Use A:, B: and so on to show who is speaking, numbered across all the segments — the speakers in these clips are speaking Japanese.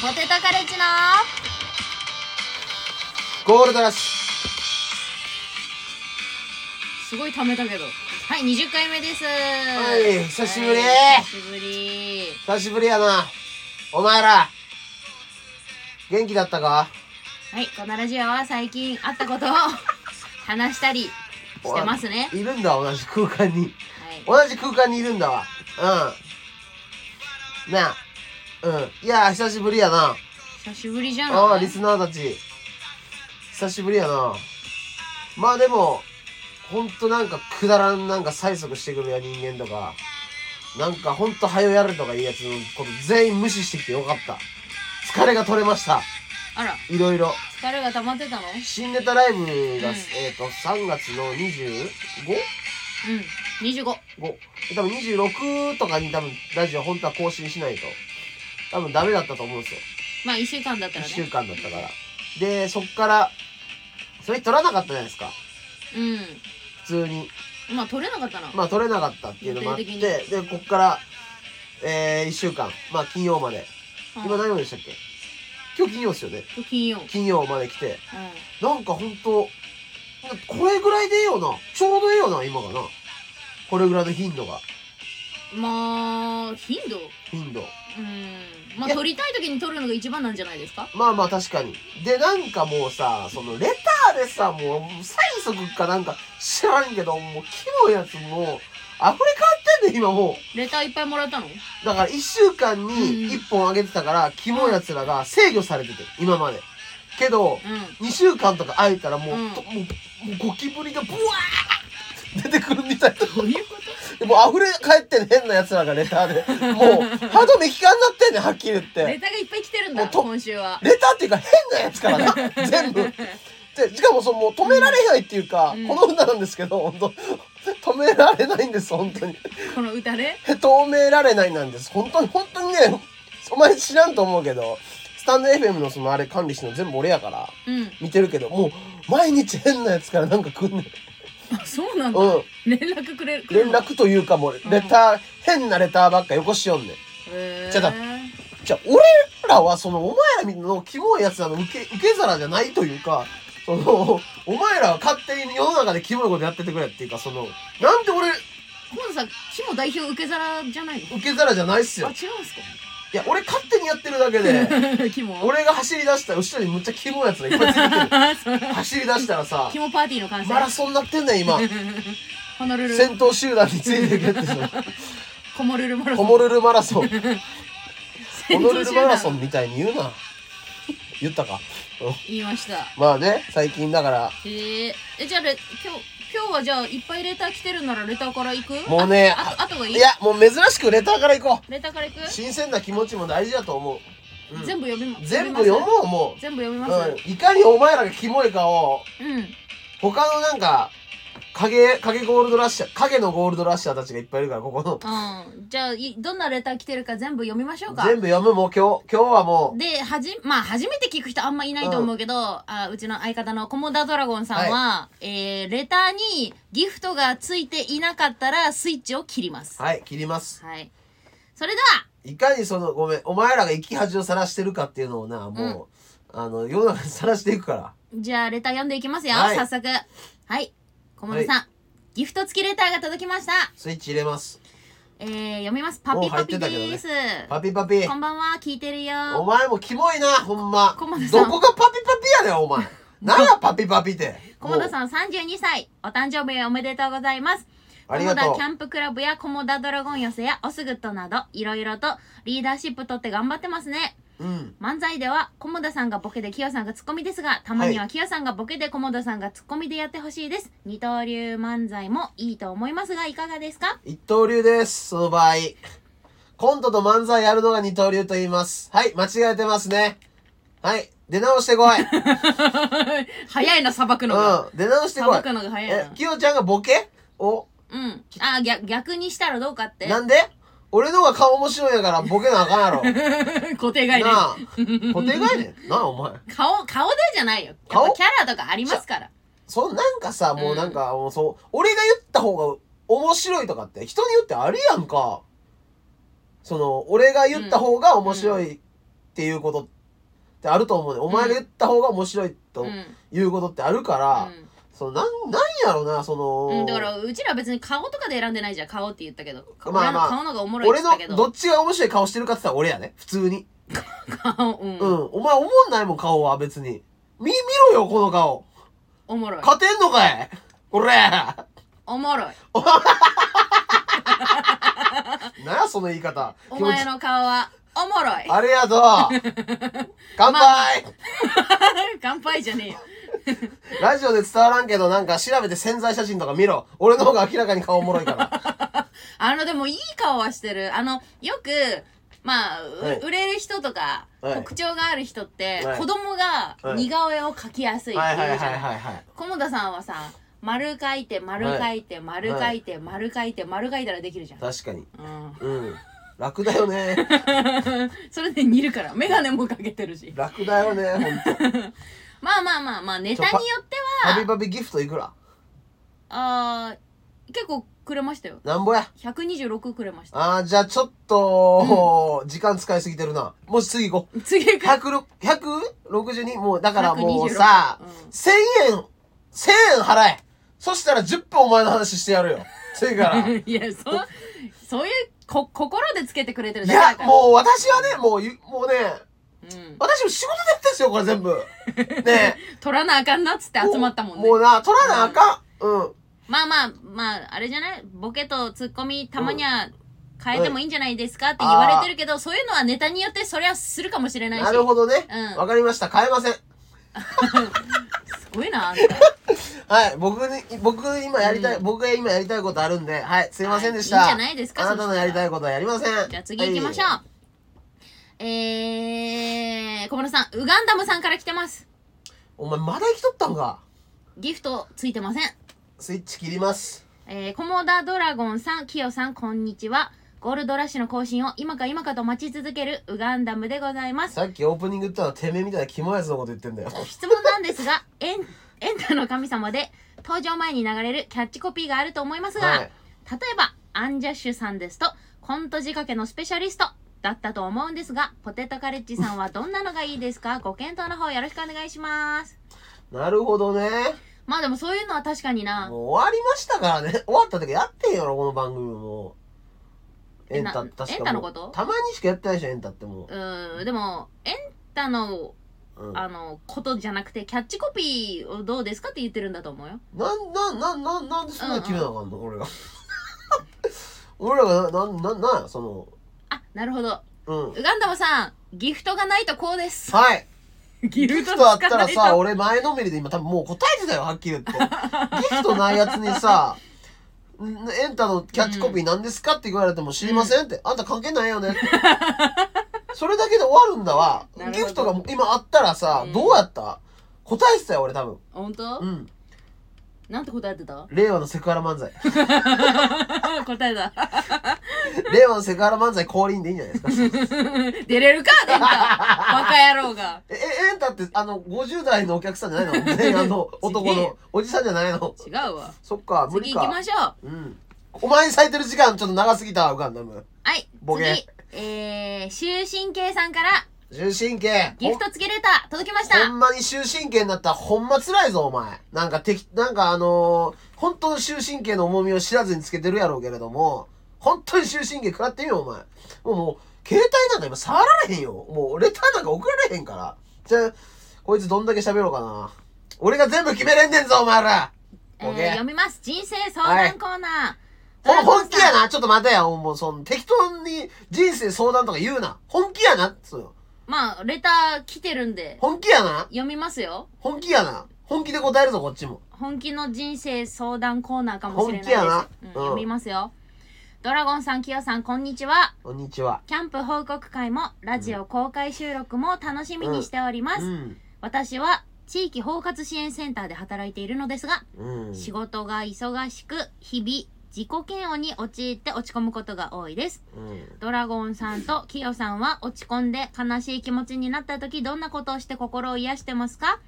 A: ポテトカレッジの
B: ゴールドラッシ
A: すごいためたけどはい20回目です
B: はい久しぶり
A: はい久しぶり
B: ュ久しぶりやなお前ら元気だったか
A: はいこのラジオは最近あった ことを話したりしてますね
B: いるんだ同じ空間に
A: はい
B: 同じ空間にいるんだわうんなあうんいや久しぶりやな
A: 久しぶりじゃ
B: あ
A: な
B: あ
A: い
B: リスナーたち久しぶりやなまあでもほんとなんかくだらんなんか催促してくるや人間とかなんかほんと早よやるとかいうやつのこと全員無視してきてよかった疲れが取れました
A: あら
B: いろいろ
A: 疲れが溜まってたの
B: 新ネタライブが、
A: うん
B: えっ、と3月の 25?
A: うん25
B: 5多分26とかに多分ラジオ本当は更新しないと多分ダメだったと思うんですよ
A: まあ1週間だった
B: 1
A: らね
B: 週間だったからでそっからそれ取らなかったじゃないですか
A: う
B: 普通に
A: んまあ取れなかったな
B: まあ取れなかったっていうのもあって
A: 予定
B: でこっからえー、1週間まあ金曜まで
A: うん
B: 今何曜でしたっけ今日金曜ですよね
A: 金曜うん
B: 金曜まで来てなんかほんとこれぐらいでええよなちょうどええよな今がなこれぐらいの頻度が
A: まあ頻度
B: 頻度
A: うんまあ
B: いや
A: 取りたい時に取るのが一番なんじゃないですか
B: まあまあ確かに。で、なんかもうさ、そのレターでさ、もう催促かなんか知らんけど、もうキモいやつもう、溢れ変わってんねん、今も
A: レターいっぱいもらったの
B: う。だから一週間
A: うん
B: に一本あげてたから、キモいやつらが制御されてて、今まで。けど、
A: う
B: 二週間とか空いたらもう、
A: うん
B: ともう、もうゴキブリがブワーって出てくるみたいな。
A: んどういうこと
B: でもう溢れ返ってんねん変なやつらがレターで。もう、歯止め効かんなってんねん、はっきり言って。
A: レターがいっぱい来てるんだ
B: もうと
A: 今週は
B: レターっていうか変なやつからな 全部でしかもそのもう止められないっていうか、
A: うん
B: この女なんですけど本当止められないんです本当に
A: この歌で
B: 止められないなんです本当に本当にねお前知らんと思うけどスタンド FM のそのあれ管理してるの全部俺やから
A: うん
B: 見てるけどもう毎日変なやつからなんか来んねん
A: あそうなんだ
B: うん
A: 連絡くれる
B: 連絡というかもうレター、変なレターばっかよこしよんねん
A: へー
B: ちょっとじゃあ俺らはそのお前らのキモいやつらの受け受け皿じゃないというかそのお前らは勝手に世の中でキモいことやっててくれっていうかそのなんで俺
A: 今度さキモ代表受け皿じゃないの
B: 受け皿じゃないっす
A: あ違う
B: よ
A: んす
B: いや俺勝手にやってるだ けで
A: か キモ
B: 俺が走り出したら後ろにむっちゃキモいやつがいっぱいついて
A: あそう
B: くる走り出したらさ
A: キモパーティーの感想
B: マラソンになってんねん今
A: ホノルル
B: 先頭集団についていくってその
A: コモルルマラソ
B: ホ
A: ン
B: モルルマラソンホ
A: 先頭
B: ノルル
A: 集
B: マ
A: 団
B: ラソンみたいに言うな言ったかうん
A: 言いました
B: まあね最近だから
A: へええじゃあレ今日今日はじゃあいっぱいレター来てるならレターから行く
B: もうね
A: あああとはいい
B: いやもう珍しくレターから行こ
A: レターから行
B: う
A: く、
B: 新鮮な気持ちも大事だと思う、うん
A: 全部読みます
B: 全部読もうも
A: 全部読み
B: う、
A: ます
B: うん、いかにお前らがキモいかを
A: うん
B: 他のなんか影影ゴールドラッシャー影のゴールドラッシャーたちがいっぱいいるからここの
A: うん、じゃあいどんなレター来てるか全部読みましょうか
B: 全部読むもう今日今日はも
A: ではじ、まあ、初めて聞く人あんまいないと思うけど、うあうちの相方のコモダドラゴンさんは、えーレターにギフトがついていなかったらスイッチを切ります
B: うはい切ります
A: はいそれで
B: いかにそのごめんお前らが生き恥をさらしてるかっていうのをなもう、あの世の中にさらしていくから
A: はじゃあレター読んでいきますよ、
B: はい
A: 早速はいコモダさん、ギフト付きレターが届きました
B: スイッチ入れます
A: えー、読みますパピパピです、
B: パピパピ
A: こんばんは聞いてる
B: お
A: よ
B: 前もキモいな、ほんま
A: こ駒田。さん
B: どこがパピパピやねん、お 前。なんやパピパピって。
A: コモダ
B: ん。
A: さん32歳お誕生日おめでとうございます
B: あ
A: コ
B: り
A: モ
B: が
A: ダ
B: と
A: キャンプクラブやコモダドラゴン寄せやオスグッドなどいろいろとリーダーシップとって頑張ってますね
B: う。うん。
A: 漫才ではコモダさんがボケでキヨさんがツッコミですがたまにはキヨさんがボケでコモダさんがツッコミでやってほしいです、二刀流漫才もいいと思いますがいかがですか
B: 一刀流です、その場合。コントと漫才やるのが二刀流と言います。はい、間違えてますね。はい、出直して こい。う
A: 早いなさばく
B: ん、出直して
A: さ
B: こい
A: ば。くのが早い
B: え
A: な、
B: きよちゃんがボケを、
A: うんあ逆逆にしたらどうかって
B: なんで俺の方が顔面白いんやからボケなあかんやろ。な
A: 固定概念
B: あ、固定概念なあ、お前。
A: 顔顔でじゃないよやっぱ
B: 顔
A: キャラとかありますから
B: そんなんかさ、もうなんか、もうそう、俺が言った方が面白いとかって、人によってあるやんか。その、俺が言った方が面白いっていうことっってあると思うね。お前が言った方が面白いと
A: うん
B: いうことってあるから、
A: うん
B: そのなん、なんやろな、その、
A: うん、だからうちら別に顔とかで選んでないじゃん顔って言ったけど、
B: まあ
A: 俺の
B: まあ
A: 顔の方がおもろいって
B: 俺
A: 言ったけ
B: のど
A: ど
B: っちが面白い顔してるかって言ったら俺やね。普通に。
A: 顔、うん
B: うん。お前思んないもん、顔は別に。み、見ろよ、この顔。
A: おもろい
B: 勝てんのかいこれ
A: おもろい
B: なんや、その言い方。
A: お前の顔はおもろい
B: 気持ちありがとう 乾杯、
A: 乾杯じゃねえよ
B: ラジオで伝わらんけど、なんか調べて潜在写真とか見ろ。俺の方が明らかに顔おもろ いから。
A: あのでもいい顔はしてるあのよくまあ、う
B: はい
A: 売れる人とか、
B: はい
A: 特徴がある人って、
B: はい
A: 子供が
B: はい
A: 似顔絵を描きやすいって
B: はいいうはいはい
A: じゃない
B: はいはい。
A: 菰田さんはさ丸描いて丸描いて丸描いて丸描いて丸描いたらできるじゃん、
B: 確かに。
A: うん、
B: うん。楽だよね。
A: それで似るから眼鏡もかけてるし
B: 楽だよね、ほんと。
A: まあまあまあまあネタによって
B: パビ
A: は
B: パビギフトいくら
A: あー結構くれましたよ
B: なんぼや。
A: 126くれました
B: あー、じゃあちょっと、時間使いすぎてるな。もし次行こう。
A: 次か
B: 106 162? もう、だからもう
A: 126
B: さ
A: うん、
B: 1000円、1000円払え。そしたら10分お前の話してやるよ。それから。い
A: いやそそういうこ心でつけてくれてるだけだ
B: や
A: か、ら
B: もう私はね、もうゆ、もうね、
A: うん、
B: 私も仕事でやってんですよ、これ全部。 ね
A: 取らなあかんなっつって集まったもんね
B: もうな、取らなあかん。うん。
A: まあまあまああれじゃないボケとツッコミたまには変えてもいいんじゃないですかって言われてるけどそういうのはネタによってそれはするかもしれないし
B: なるほどね
A: う。ん
B: わ、かりました。変えません。
A: すごいなあん
B: はい、僕に、僕今やりたい、
A: うん
B: 僕が今やりたいことあるんで、はい、すいませんでした。
A: はいいいんじゃないですか
B: あなたのやりたいことはやりません。
A: たじゃあ次行きましょう、
B: は
A: えー、小室さんウガンダムさんから来てます
B: いお前まだ生きとったんか。
A: ギフトついてません
B: スイッチ切ります。
A: えー、コモダドラゴンさん、キヨさん、こんにちは。ゴールドラッシュの更新を今か今かと待ち続けるウガンダムでございます。
B: さっきオープニング言ったらてめえみたいなキモいやつのこと言ってんだよ。
A: 質問なんですが、エン、エンタの神様で登場前に流れるキャッチコピーがあると思いますが、
B: はい。
A: 例えば、アンジャッシュさんですと、コント仕掛けのスペシャリストだったと思うんですが、ポテトカレッジさんはどんなのがいいですかご検討の方よろしくお願いします。
B: なるほどね。
A: まあでもそういうのは確かにな。
B: もう終わりましたからね。 終わった時やってんやろ、この番組も。エ
A: え
B: ン
A: な
B: タ、確かもう
A: エンタのこと
B: たまにしかやってないでしょ、エンタって
A: う
B: も
A: ーん、でも、エンタの
B: う。うん。な
A: あ、の、ことじゃなくて、キャッチコピーをどうですかって言ってるんだと思うよ。
B: なん、なん、なん、なん、なんでそんな決めなあかんの、 俺が。俺らがな、なん、なん、なんや、その、
A: あ、なるほど。
B: うん。
A: ウガンダムさん、ギフトがないとこうです。
B: はい。
A: ギ
B: ギ
A: フ
B: フ
A: ト
B: トあっ
A: が
B: たらさ、俺前のめりで今多分もう答えてたよ、はっきり言って。ギフトないやつに さ、んエンタのキャッチコピー何ですかって言われても知りませんって、あんた関係ないよねって。それだけで終わるんだわ
A: なる。ほど
B: ギフトが今あったらさ、
A: うん
B: どうやった答えてたよ、俺多分。
A: 本当、
B: うん。
A: なんて答えてた
B: 令和のセクハラ漫才。
A: 答えた。
B: 令和のセクハラ漫才降臨でいいんじゃないですか。
A: 出れるかエンタ。バカ野郎が。
B: え、えエンタって、あの、50代のお客さんじゃないの全員あ の、男の、おじさんじゃないの
A: 違うわ。
B: そっか、無理
A: 次行き
B: か
A: ま。しょう。は
B: うん。お前に咲いてる時間ちょっと長すぎたわ、ウガンダム。
A: い。
B: ボケ
A: 次、えー、終身刑さんから、
B: 終身刑。
A: ギフト付きレター、届きまし
B: ほんほ
A: た。
B: んまに終身刑になったらほんま辛いぞ、お前。なんか敵、なんかあのー、本当の終身刑の重みを知らずにつけてるやろうけれども、本当に終身刑食らってみよ、お前。もうもう、携帯なんか今触られへんよ。もう、レターなんか送られへんから。じゃあ、こいつどんだけ喋ろうかな。俺が全部決めれんねんぞ、お前ら。
A: え
B: ボ
A: ー
B: ケ、
A: 読みます。人生相談コーナー。ド
B: ほ
A: ラ
B: ん
A: ゴンさ
B: 本
A: ん
B: 気やなちょっと待てや。もう、その、適当に人生相談とか言うな。本気やなっつうの
A: まあ、レター来てるんで、
B: 本気やな
A: 読みますよ。
B: 本気やな本気で答えるぞ、こっちも。
A: 本気の人生相談コーナーかもしれないです。
B: 本気やな
A: うん
B: うん
A: 読みますよ。ドラゴンさん、キヨさん、こんにちは。
B: こんにちは。
A: キャンプ報告会も、ラジオ公開収録も楽しみにしております。
B: うん。
A: 私は、地域包括支援センターで働いているのですが、
B: うん。
A: 仕事が忙しく、日々、自己嫌悪に陥って落ち込むことが多いです。
B: うん。
A: ドラゴンさんとキヨさんは落ち込んで悲しい気持ちになった時、どんなことをして心を癒してますか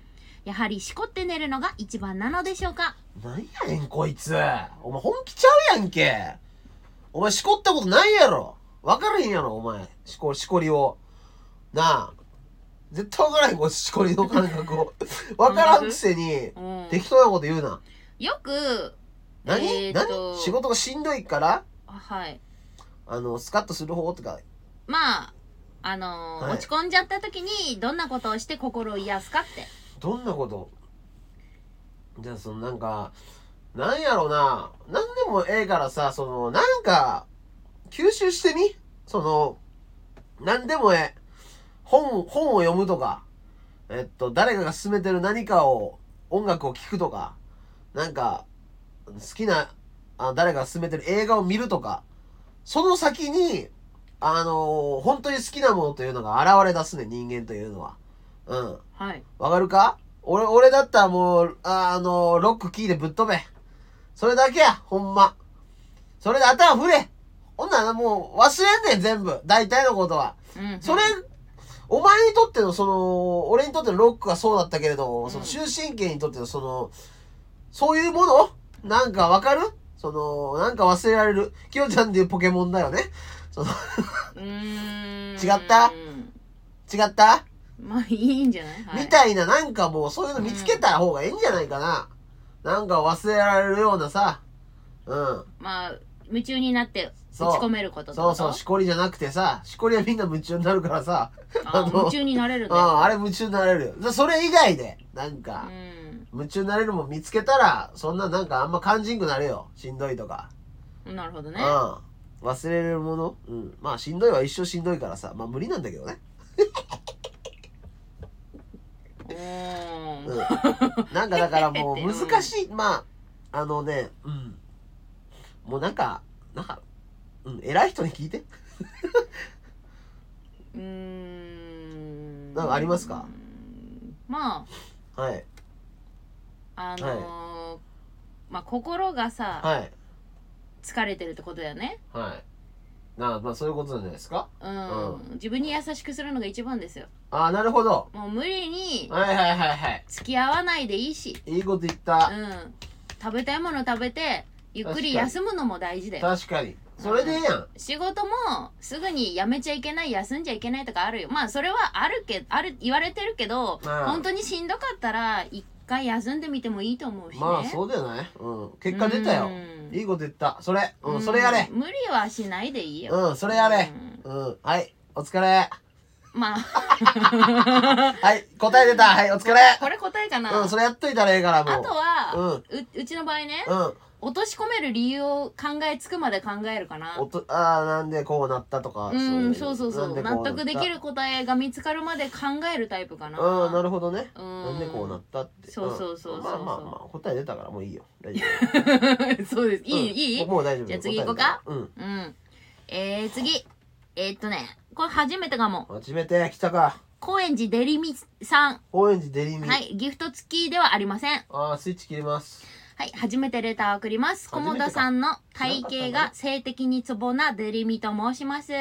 A: やはりしこって寝るのが一番なのでしょうか
B: なんやねん、こいつ。お前、本気ちゃうやんけ。お前、しこったことないやろ。わからへんやろ、お前。しこ、しこりを。なあ。絶対分からへんこうしこりの感覚 を分からんくせに
A: うん
B: 適当なこと言うな
A: よく
B: 何、
A: えーっと
B: 何仕事がしんどいから
A: あはい
B: あのスカッとする方とか
A: まああのー
B: はい
A: 落ち込んじゃった時にどんなことをして心を癒すかって
B: どんなことじゃあそのなんかなんやろうな何でもええからさそのなんか吸収してみその何でもええ本本を読むとかえっと誰かが勧めてる何かを音楽を聴くとかなんか好きなあ誰かが勧めてる映画を見るとかその先にあの本当に好きなものというのが現れ出すね人間というのはうん
A: はい
B: わかるか俺、俺だったらもう、ああの、ロックキーでぶっ飛べ。それだけや、ほんま。それで頭振れ。ほんならもう忘れんねん、全部。大体のことは。
A: うん
B: それ、お前にとってのその、俺にとってのロックはそうだったけれども、そ
A: う
B: の
A: ん
B: 終身刑にとってのその、そういうものなんかわかるその、なんか忘れられる。キヨちゃんでいうポケモンだよね。その、
A: うーん違
B: った違った
A: まあいいんじゃない、はい、
B: みたいな、なんかもうそういうの見つけた方がいいんじゃないかな。なんか忘れられるようなさ。うん。
A: まあ夢中になって
B: そう
A: 打ち込めることって
B: そ
A: こ
B: う
A: と
B: そう、しこりじゃなくてさ、しこりはみんな夢中になるからさ。
A: あ
B: あの
A: 夢中になれるね
B: うん、あれ夢中になれるよ。そそれ以外で、なん
A: う
B: か、
A: ん
B: 夢中になれるもん見つけたら、そんななんかあんま感じんくなるよ。しんどいとか。
A: なるほどね
B: うん。忘れるものうん。まあしんどいは一生しんどいからさ。まあ無理なんだけどね。
A: おー
B: うん、なんかだからもう難しい、まああのね、うん、もうなんかなんか、うん、偉い人に聞いて
A: うーん
B: なんかありますか
A: ま
B: はい
A: ああのーまあ心がさ、
B: はい
A: 疲れてるってことだよね
B: はいなあまあそういうことじゃないですか
A: うん、自分に優しくするのが一番ですよ
B: ああなるほど
A: もう無理に
B: はいはいはいはい
A: 付き合わないでいいし
B: いいこと言っ
A: う
B: た、
A: ん食べたいもの食べてゆっくり
B: 確か
A: 休むのも大事だよ
B: 確かにそれでええやん、
A: 仕事もすぐに辞めちゃいけない休んじゃいけないとかあるよまあそれはあるけある言われてるけど、
B: うん
A: 本当にしんどかったら一回休んでみてもいいと思うしね
B: まあそうだよね、うん、結果出たよ、
A: うん
B: いいこと言ったそれ、うん
A: うん
B: それやれ
A: 無理はしないでいいよ、
B: うんそれやれ
A: うん
B: うんはいお疲れ
A: まあ
B: はい答え出たはいお疲れ
A: これ答えかな、
B: うんそれやっといたらええからもう
A: あとは、
B: うん
A: ううちの場合ね、
B: うん
A: 落とし込める理由を考えつくまで考えるかな
B: おとあーなんでこうなったとか
A: うん
B: い
A: そうそうそう
B: なん
A: 納
B: こなった
A: 得できる答えが見つかるまで考えるタイプかな
B: うんなるほどね
A: うん
B: なんでこうなったって
A: そうそうそうそうん
B: まあまあまあ答え出たからもういいよ大丈
A: そうです。
B: 夫
A: いい、
B: うん
A: いい
B: もうもう大丈夫
A: じゃあ次行こうか
B: 答え出たら
A: うん。えー、次。えーっとね、これ初めてかも。
B: うん初めて来たか
A: 高円寺デリミさん。
B: 高円寺デリミ
A: はい。ギフト付きではありません。
B: あースイッチ切ります
A: はい。初めてレターを送ります。
B: 初め
A: 菰
B: てか
A: 田さんの体型が性的にツボなデリミと申します。
B: うん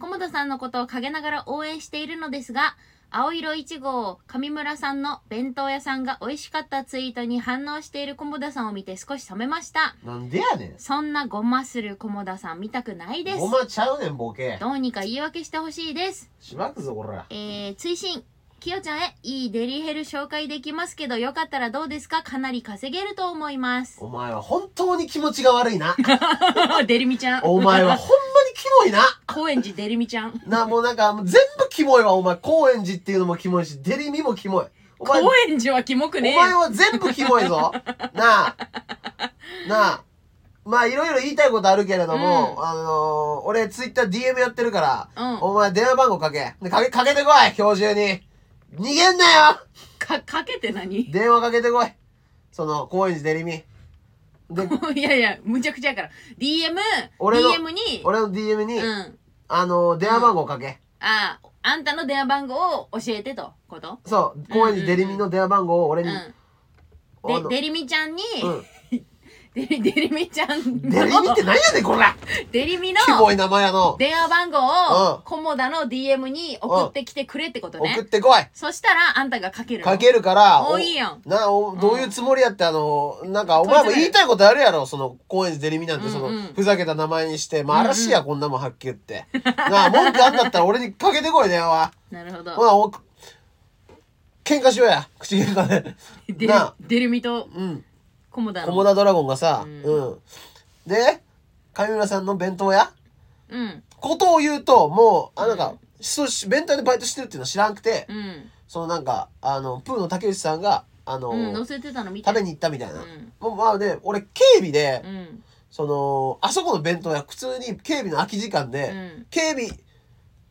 A: 菰田さんのことを陰ながら応援しているのですが、青色いちごを上村さんの弁当屋さんが美味しかったツイートに反応している菰田さんを見て少し冷めました。
B: なんでやね
A: そんなごまする菰田さん見たくないで
B: ん
A: す
B: ご。まちゃうねんボケ
A: どうにか言い訳してほしいです。
B: しまくぞこら
A: えー、追伸きよちゃんへいいデリヘル紹介できますけどよかったらどうですかかなり稼げると思います
B: お前は本当に気持ちが悪いな
A: デリミちゃん
B: お前はほんまにキモいな
A: 高円寺デリミちゃん
B: なもうなんかもう全部キモいわお前高円寺っていうのもキモいしデリミもキモいお前
A: 高円寺はキモくね
B: お前は全部キモ いぞ。なあ。なあ。まあ、いろいろ言いたいことあるけれども、
A: う
B: あのー、俺、ツイッター DM やってるから、
A: うん
B: お前、電話番号かけ。でかけ、かけてこい今日中に逃げんなよ
A: かかけて何
B: 電話かけてこいその、高円寺デリミ。で、
A: いやいやむちゃくちゃやから DM
B: 俺の
A: DM に
B: 俺の DM に、
A: うん
B: あのー、電話番号かけ。
A: ああんたの電話番号を教えてとこと
B: そう、高円寺デリミの電話番号を俺
A: う
B: に、
A: ん
B: あの
A: でデリミちゃんに、
B: うん
A: デリ デリミちゃんの
B: デリミって何やねん、こ ら
A: デリミ
B: キ
A: の
B: モい名前 やの。
A: 電話番号
B: うん
A: を、コモダの DM に送ってきてくれってこと
B: 送っ
A: ね。
B: てこい
A: そしたら、あんたがかけるの。
B: かけるから、
A: もういいやん
B: なお、どういうつもりやって、あの、なんか、お前も言いたいことあるやろ、その、高円寺デリミなんて、その
A: うんうん、
B: ふざけた名前にして、まあ、嵐や、こんなもんはっきり言って。なあ、文句あんだったら俺にかけてこい、電話。
A: なるほ
B: ほ
A: ど。
B: な、おく喧嘩しようや口喧嘩で
A: で
B: なあ
A: デルミと
B: うん
A: コモダの
B: コモダドラゴンがさ
A: うん
B: うん、で上村さんの弁当屋
A: うん
B: ことを言うともうあなん
A: う
B: か、そうし弁当屋でバイトしてるっていうのは知らなくて、
A: うん
B: そのなんかあのプーの竹内さんがあの、
A: うん乗せてたの見て
B: 食べに行ったみたいな、
A: うん
B: もうまあね俺警備で、
A: うん
B: そのあそこの弁当屋普通に警備の空き時間で、
A: うん
B: 警備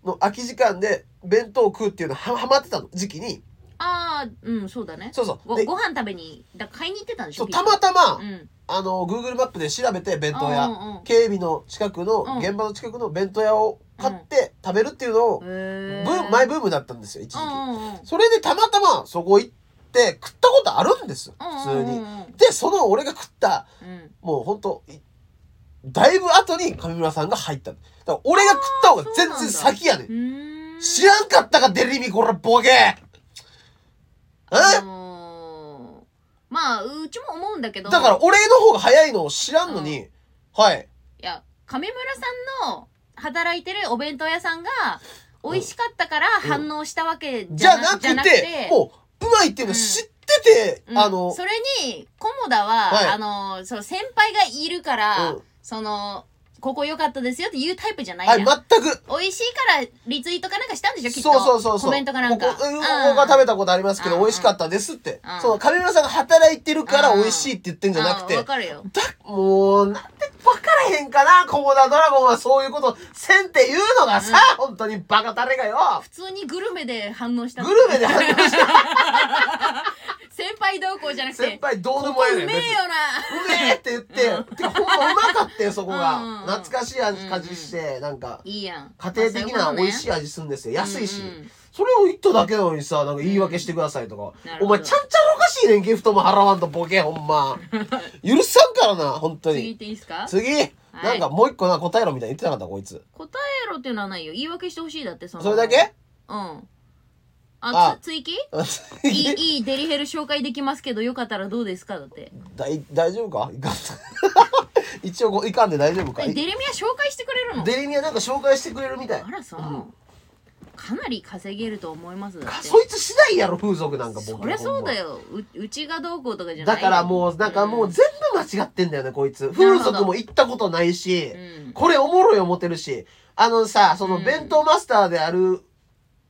B: の空き時間で弁当を食うっていうのははまってたの時期に
A: ああうんそうだね
B: そうそう
A: ご
B: で
A: ご飯食べにだ買いに行ってたんでし
B: そ
A: ょ
B: うたまたま、
A: ピーうん
B: あの Google マップで調べて弁当
A: うん
B: 屋
A: うんうん
B: 警備の近くの、
A: うん
B: 現場の近くの弁当屋を買って食べるっていうのを、ブ
A: へ
B: ームマイブームだったんですよ一時期、
A: うんうんうん
B: それでたまたまそこ行って食ったことあるんですよ普通に、
A: うんうんうん
B: でその俺が食った
A: うん
B: もうほんといだいぶ後に上村さんが入ったのだから俺が食った方が全然先やねん
A: うーん
B: 知らんかったかデリミこれボケえ
A: あのーまあうちも思うんだけど
B: だから俺の方が早いのを知らんのに、はい
A: いや上村さんの働いてるお弁当屋さんが美味しかったから反応したわけじ
B: じゃ
A: ゃ
B: な
A: な,、
B: く
A: じ
B: て
A: ゃなくて
B: もううまいっていうの知ってて、
A: うん
B: あの
A: それにコモダは、
B: はい
A: あのそう先輩がいるから、
B: うん
A: そのここ良かったですよって言うタイプじゃないじゃ
B: はい
A: ん、
B: 全く
A: 美味しいからリツイートかなんかしたんでしょきっと
B: そうそうそうそう
A: コメントかなんか
B: ここうん僕が食べたことありますけ
A: う
B: ど
A: ん
B: 美味しかったですって
A: うん
B: その上村さんが働いてるから
A: うん
B: 美味しいって言ってんじゃなくて
A: わかるよ
B: だもう、なんで分からへんかな、コモダドラゴンはそういうことせんって言うのがさ、本当にバカタレがよ。
A: 普通にグルメで反応した
B: グルメで反応した
A: 先輩同行じゃなくて
B: 先輩どうで
A: こ
B: も
A: こ
B: え
A: う
B: えね。
A: んめ
B: 別
A: え
B: に
A: よな
B: うめえって言って、てかほんまうまかったよ、そこが。
A: うんうんうん
B: 懐かしい味感じして、なんか、
A: いいやん
B: 家庭的な美味しい
A: や
B: 味するんですよ。安いし
A: うんうん。
B: それを言っただけなのにさ、なんか言い訳してくださいとか
A: なる。ほど
B: お前ちゃんちゃらおかしいねん、ギフトも払わんと ボケ、ほんま。許さんからな、本当
A: 次行っ
B: に。
A: ていいですか
B: 次なんかもう一個な、答えろみたいに言ってなかった、こいつ。
A: 答えろっていうのはないよ言い訳してほしいだってその
B: それだけ
A: うんあ
B: あ
A: つ 追記いい
B: 大
A: いいデリヘル紹介できますけどよかったらどうですかだって
B: 大丈夫かいかん 一応こういかんで大丈夫か
A: え
B: い
A: デリミア紹介してくれるの
B: デリミアなんか紹介してくれるみたい
A: あらさ、
B: うん
A: かなり稼げると思いますだって
B: かそいつ次第やろ風俗なんか僕
A: そりゃそうだ
B: よ
A: よううちがどうこうとかじゃない
B: だからもうなんかもう全部間違ってんだよねこいつ風俗も行ったことないし
A: うん、うん
B: これおもろい思ってるしあのさその
A: うん
B: 弁当マスターである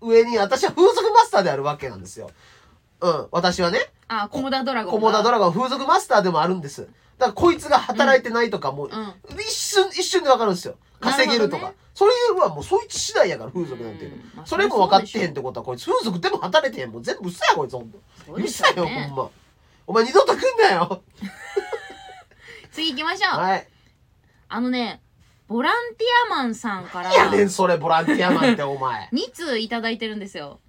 B: 上に私は風俗マスターであるわけなんですようん私はね
A: あコモダドラゴン
B: コモダド
A: ラ
B: ラゴン風俗マスターでもあるんですだからこいつが働いてないとかも、う
A: うん
B: 一瞬一瞬で分かるんですよ稼げると
A: なる
B: か
A: ほどね
B: それはもうそいつ次第やから風俗なんていうの、
A: うんまあ
B: それも分かってへんってことはこいつ風俗でも働いてへんもう全部うっさやこいつほんと
A: そう
B: うっ
A: です
B: さ
A: よ
B: いよ
A: ね
B: ほんまお前二度と来んなよ
A: 次行きましょう、
B: はい
A: あのねボランティアマンさんから
B: いやねんそれボランティアマンってお前
A: 2通いただいてるんですよ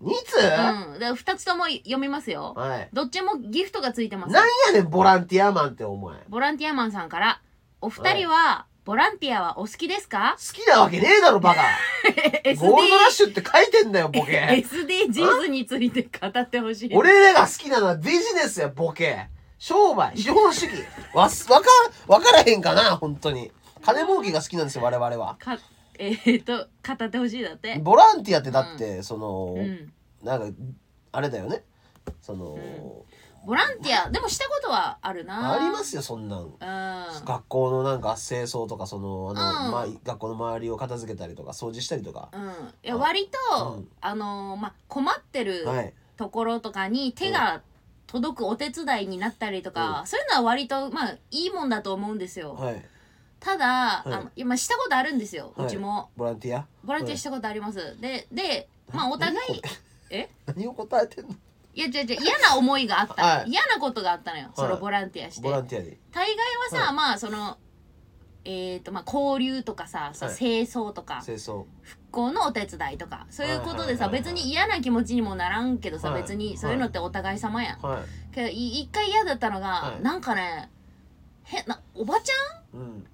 B: 二つ、
A: うん。だ2つとも読みますよ。
B: はい
A: どっちもギフトがついてます
B: な。んやねんボランティアマンってお前好
A: ボランティアマンさんから、お二人は、ボランティアはお好きですか
B: きなわけねえだろ バカゴールドラッシュって書いてんだよボケ
A: ?SDGs について語ってほしい。
B: 俺らが好きなのはビジネスやボケ商売資本主義わすわかわからへんかな本当に金儲けが好きなんですよ我々は
A: か、えー、っと、語ってほしいだって。
B: ボランティアってだって、その、
A: うん。
B: なんかあれだよねその、
A: ボランティア、でもしたことはあるな
B: ありますよそんなん
A: う
B: 学校のなんか清掃とかそのあの、
A: うん
B: まあ、学校の周りを片付けたりとか掃除したりとか、
A: ん。うん。いや、割と、
B: うん
A: あのーまあ、困ってる
B: はい
A: ところとかに手が届くお手伝いになったりとか、
B: う
A: そういうのは割と、まあ、いいもんだと思うんですよ。
B: はい
A: ただ、あの今したことあるんですよ、
B: はいう
A: ちも
B: ボランティア
A: ボランティアしたことあります、ででまあお互い
B: 何これ
A: え
B: 何を答えてんの
A: いや違う違う嫌な思いがあった、
B: はい
A: 嫌なことがあったのよ、そのボランティアして
B: ボランティアに
A: 大概はさ、
B: はい
A: まあそのえーとまあ、交流とかさ、そう
B: はい
A: 清掃とか
B: 清掃
A: 復興のお手伝いとかそういうことでさ、
B: はいはいはいはい
A: 別に嫌な気持ちにもならんけどさ、
B: はい
A: 別にそういうのってお互い様やん、
B: は
A: けどい一回嫌だったのが、
B: はい
A: なんかね変なおばちゃん
B: いうん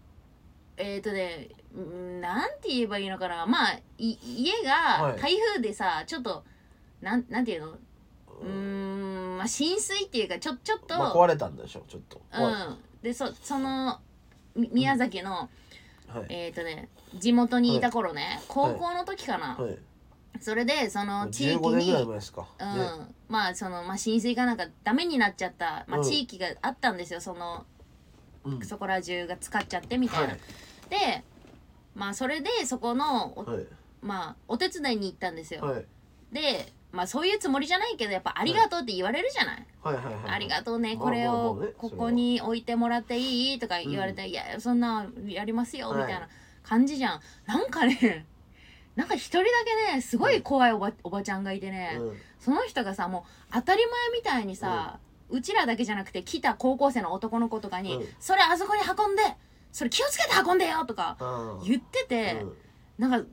A: えー、とね、うんなんて言えばいいのかな。まあ、い家
B: は
A: が
B: い
A: 台風でさ、ちょっと、なん、なんていうのうーん、まあ、浸水っていうか、ちょ、ちょっと、
B: まあ、壊れたんでしょちょっと
A: う
B: 壊れ
A: ん。で、そ、その、み宮崎の、
B: はい
A: えー、とね、地元にいた頃ね、高校の時かな、
B: はい
A: それでその地域
B: 15年ぐらい
A: に
B: 前ですか、
A: う
B: ね
A: ん、まあその、まあ、浸水がなんかダメになっちゃった、まあ、
B: うん
A: 地域があったんですよ、その
B: うん
A: そこら中が使っちゃってみたい
B: は
A: な。
B: い
A: でまあそれでそこのお,、
B: はい
A: まあ、お手伝いに行ったんですよ。
B: はい
A: でまあそういうつもりじゃないけどやっぱ「ありがとう」って言われるじゃない。
B: はいはいはい
A: ありがとうね、
B: まあ
A: これ
B: まあまあ
A: を
B: ね
A: ここに置いてもらっていいとか言われて、いや、そんなやりますよ、
B: はい
A: みたいな感じじゃん。なんかね、なんか一人だけね、すごい怖いおば,、おばちゃんがいてね、
B: うん
A: その人がさ、もう当たり前みたいにさ、うちらだけじゃなくて来た高校生の男の子とかに、
B: うん
A: それあそこに運んで、それ気をつけて運んでよとか
B: あー
A: 言ってて、
B: うん
A: なんか、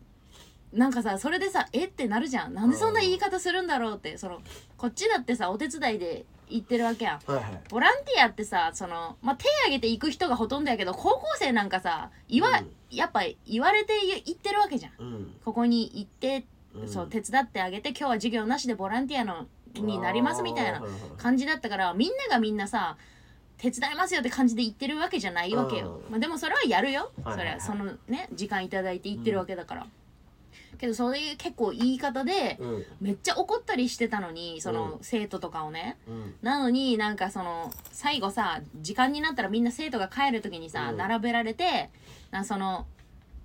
A: なんかさ、それでさ、えってなるじゃん。なんでそんな言い方するんだろうって、その、こっちだってさ、お手伝いで行ってるわけやん。
B: はいはい
A: ボランティアってさその、まあ、手挙げていく人がほとんどやけど高校生なんかさ言わ、
B: うん
A: やっぱ言われてい行ってるわけじゃん。
B: うん
A: ここに行って、
B: うん
A: そう手伝ってあげて今日は授業なしでボランティアのになりますみたい
B: あ
A: な
B: ー
A: 感じだったからみんながみんなさ手伝いますよって感じで言ってるわけじゃないわけよ、
B: うん
A: まあ、でもそれはやるよ、
B: はいはいはい
A: それはそのね時間いただいて言ってるわけだから、けどそういう結構言い方で
B: うん
A: めっちゃ怒ったりしてたのにその
B: うん
A: 生徒とかをね、
B: うん
A: なのになんかその最後さ時間になったらみんな生徒が帰る時にさ、
B: うん
A: 並べられてなその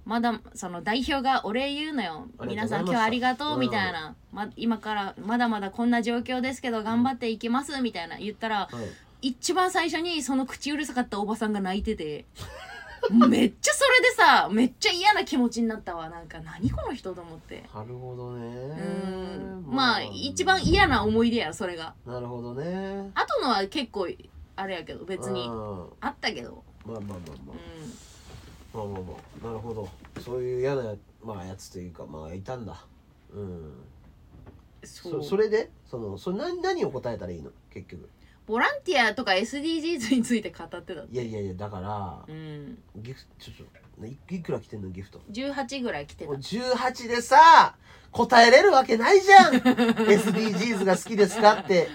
A: まだその代表がお礼言うのよ
B: ありが
A: 皆
B: とうございまし
A: さ
B: た
A: ん今日はありがと
B: う
A: うんみたいな、ま、今からまだまだこんな状況ですけど頑張っていきますみたいな言ったら、
B: はい
A: 一番最初にその口うるさかったおばさんが泣いて てめっちゃそれでさめっちゃ嫌な気持ちになったわなんか何この人と思って
B: なるほどね
A: うんまあ一番嫌な思い出やそれが
B: なるほどね
A: あとのは結構あれやけど別に
B: うん
A: あったけど、
B: まあまあまあ
A: う
B: ま
A: ん
B: あ、まあまあまあなるほどそういう嫌なや,、まあ、やつというかまあいたんだうん
A: そ
B: そうそれでそのそれ何何を答えたらいいの結局
A: ボランティアとか SDGs について語ってた
B: いやいやいやだから
A: うん
B: ギフトちょっとねいいくら来てんのギフト
A: 18ぐらい来て
B: もう
A: た
B: 18でさ答えれるわけないじ ゃん SDGs が好きですかって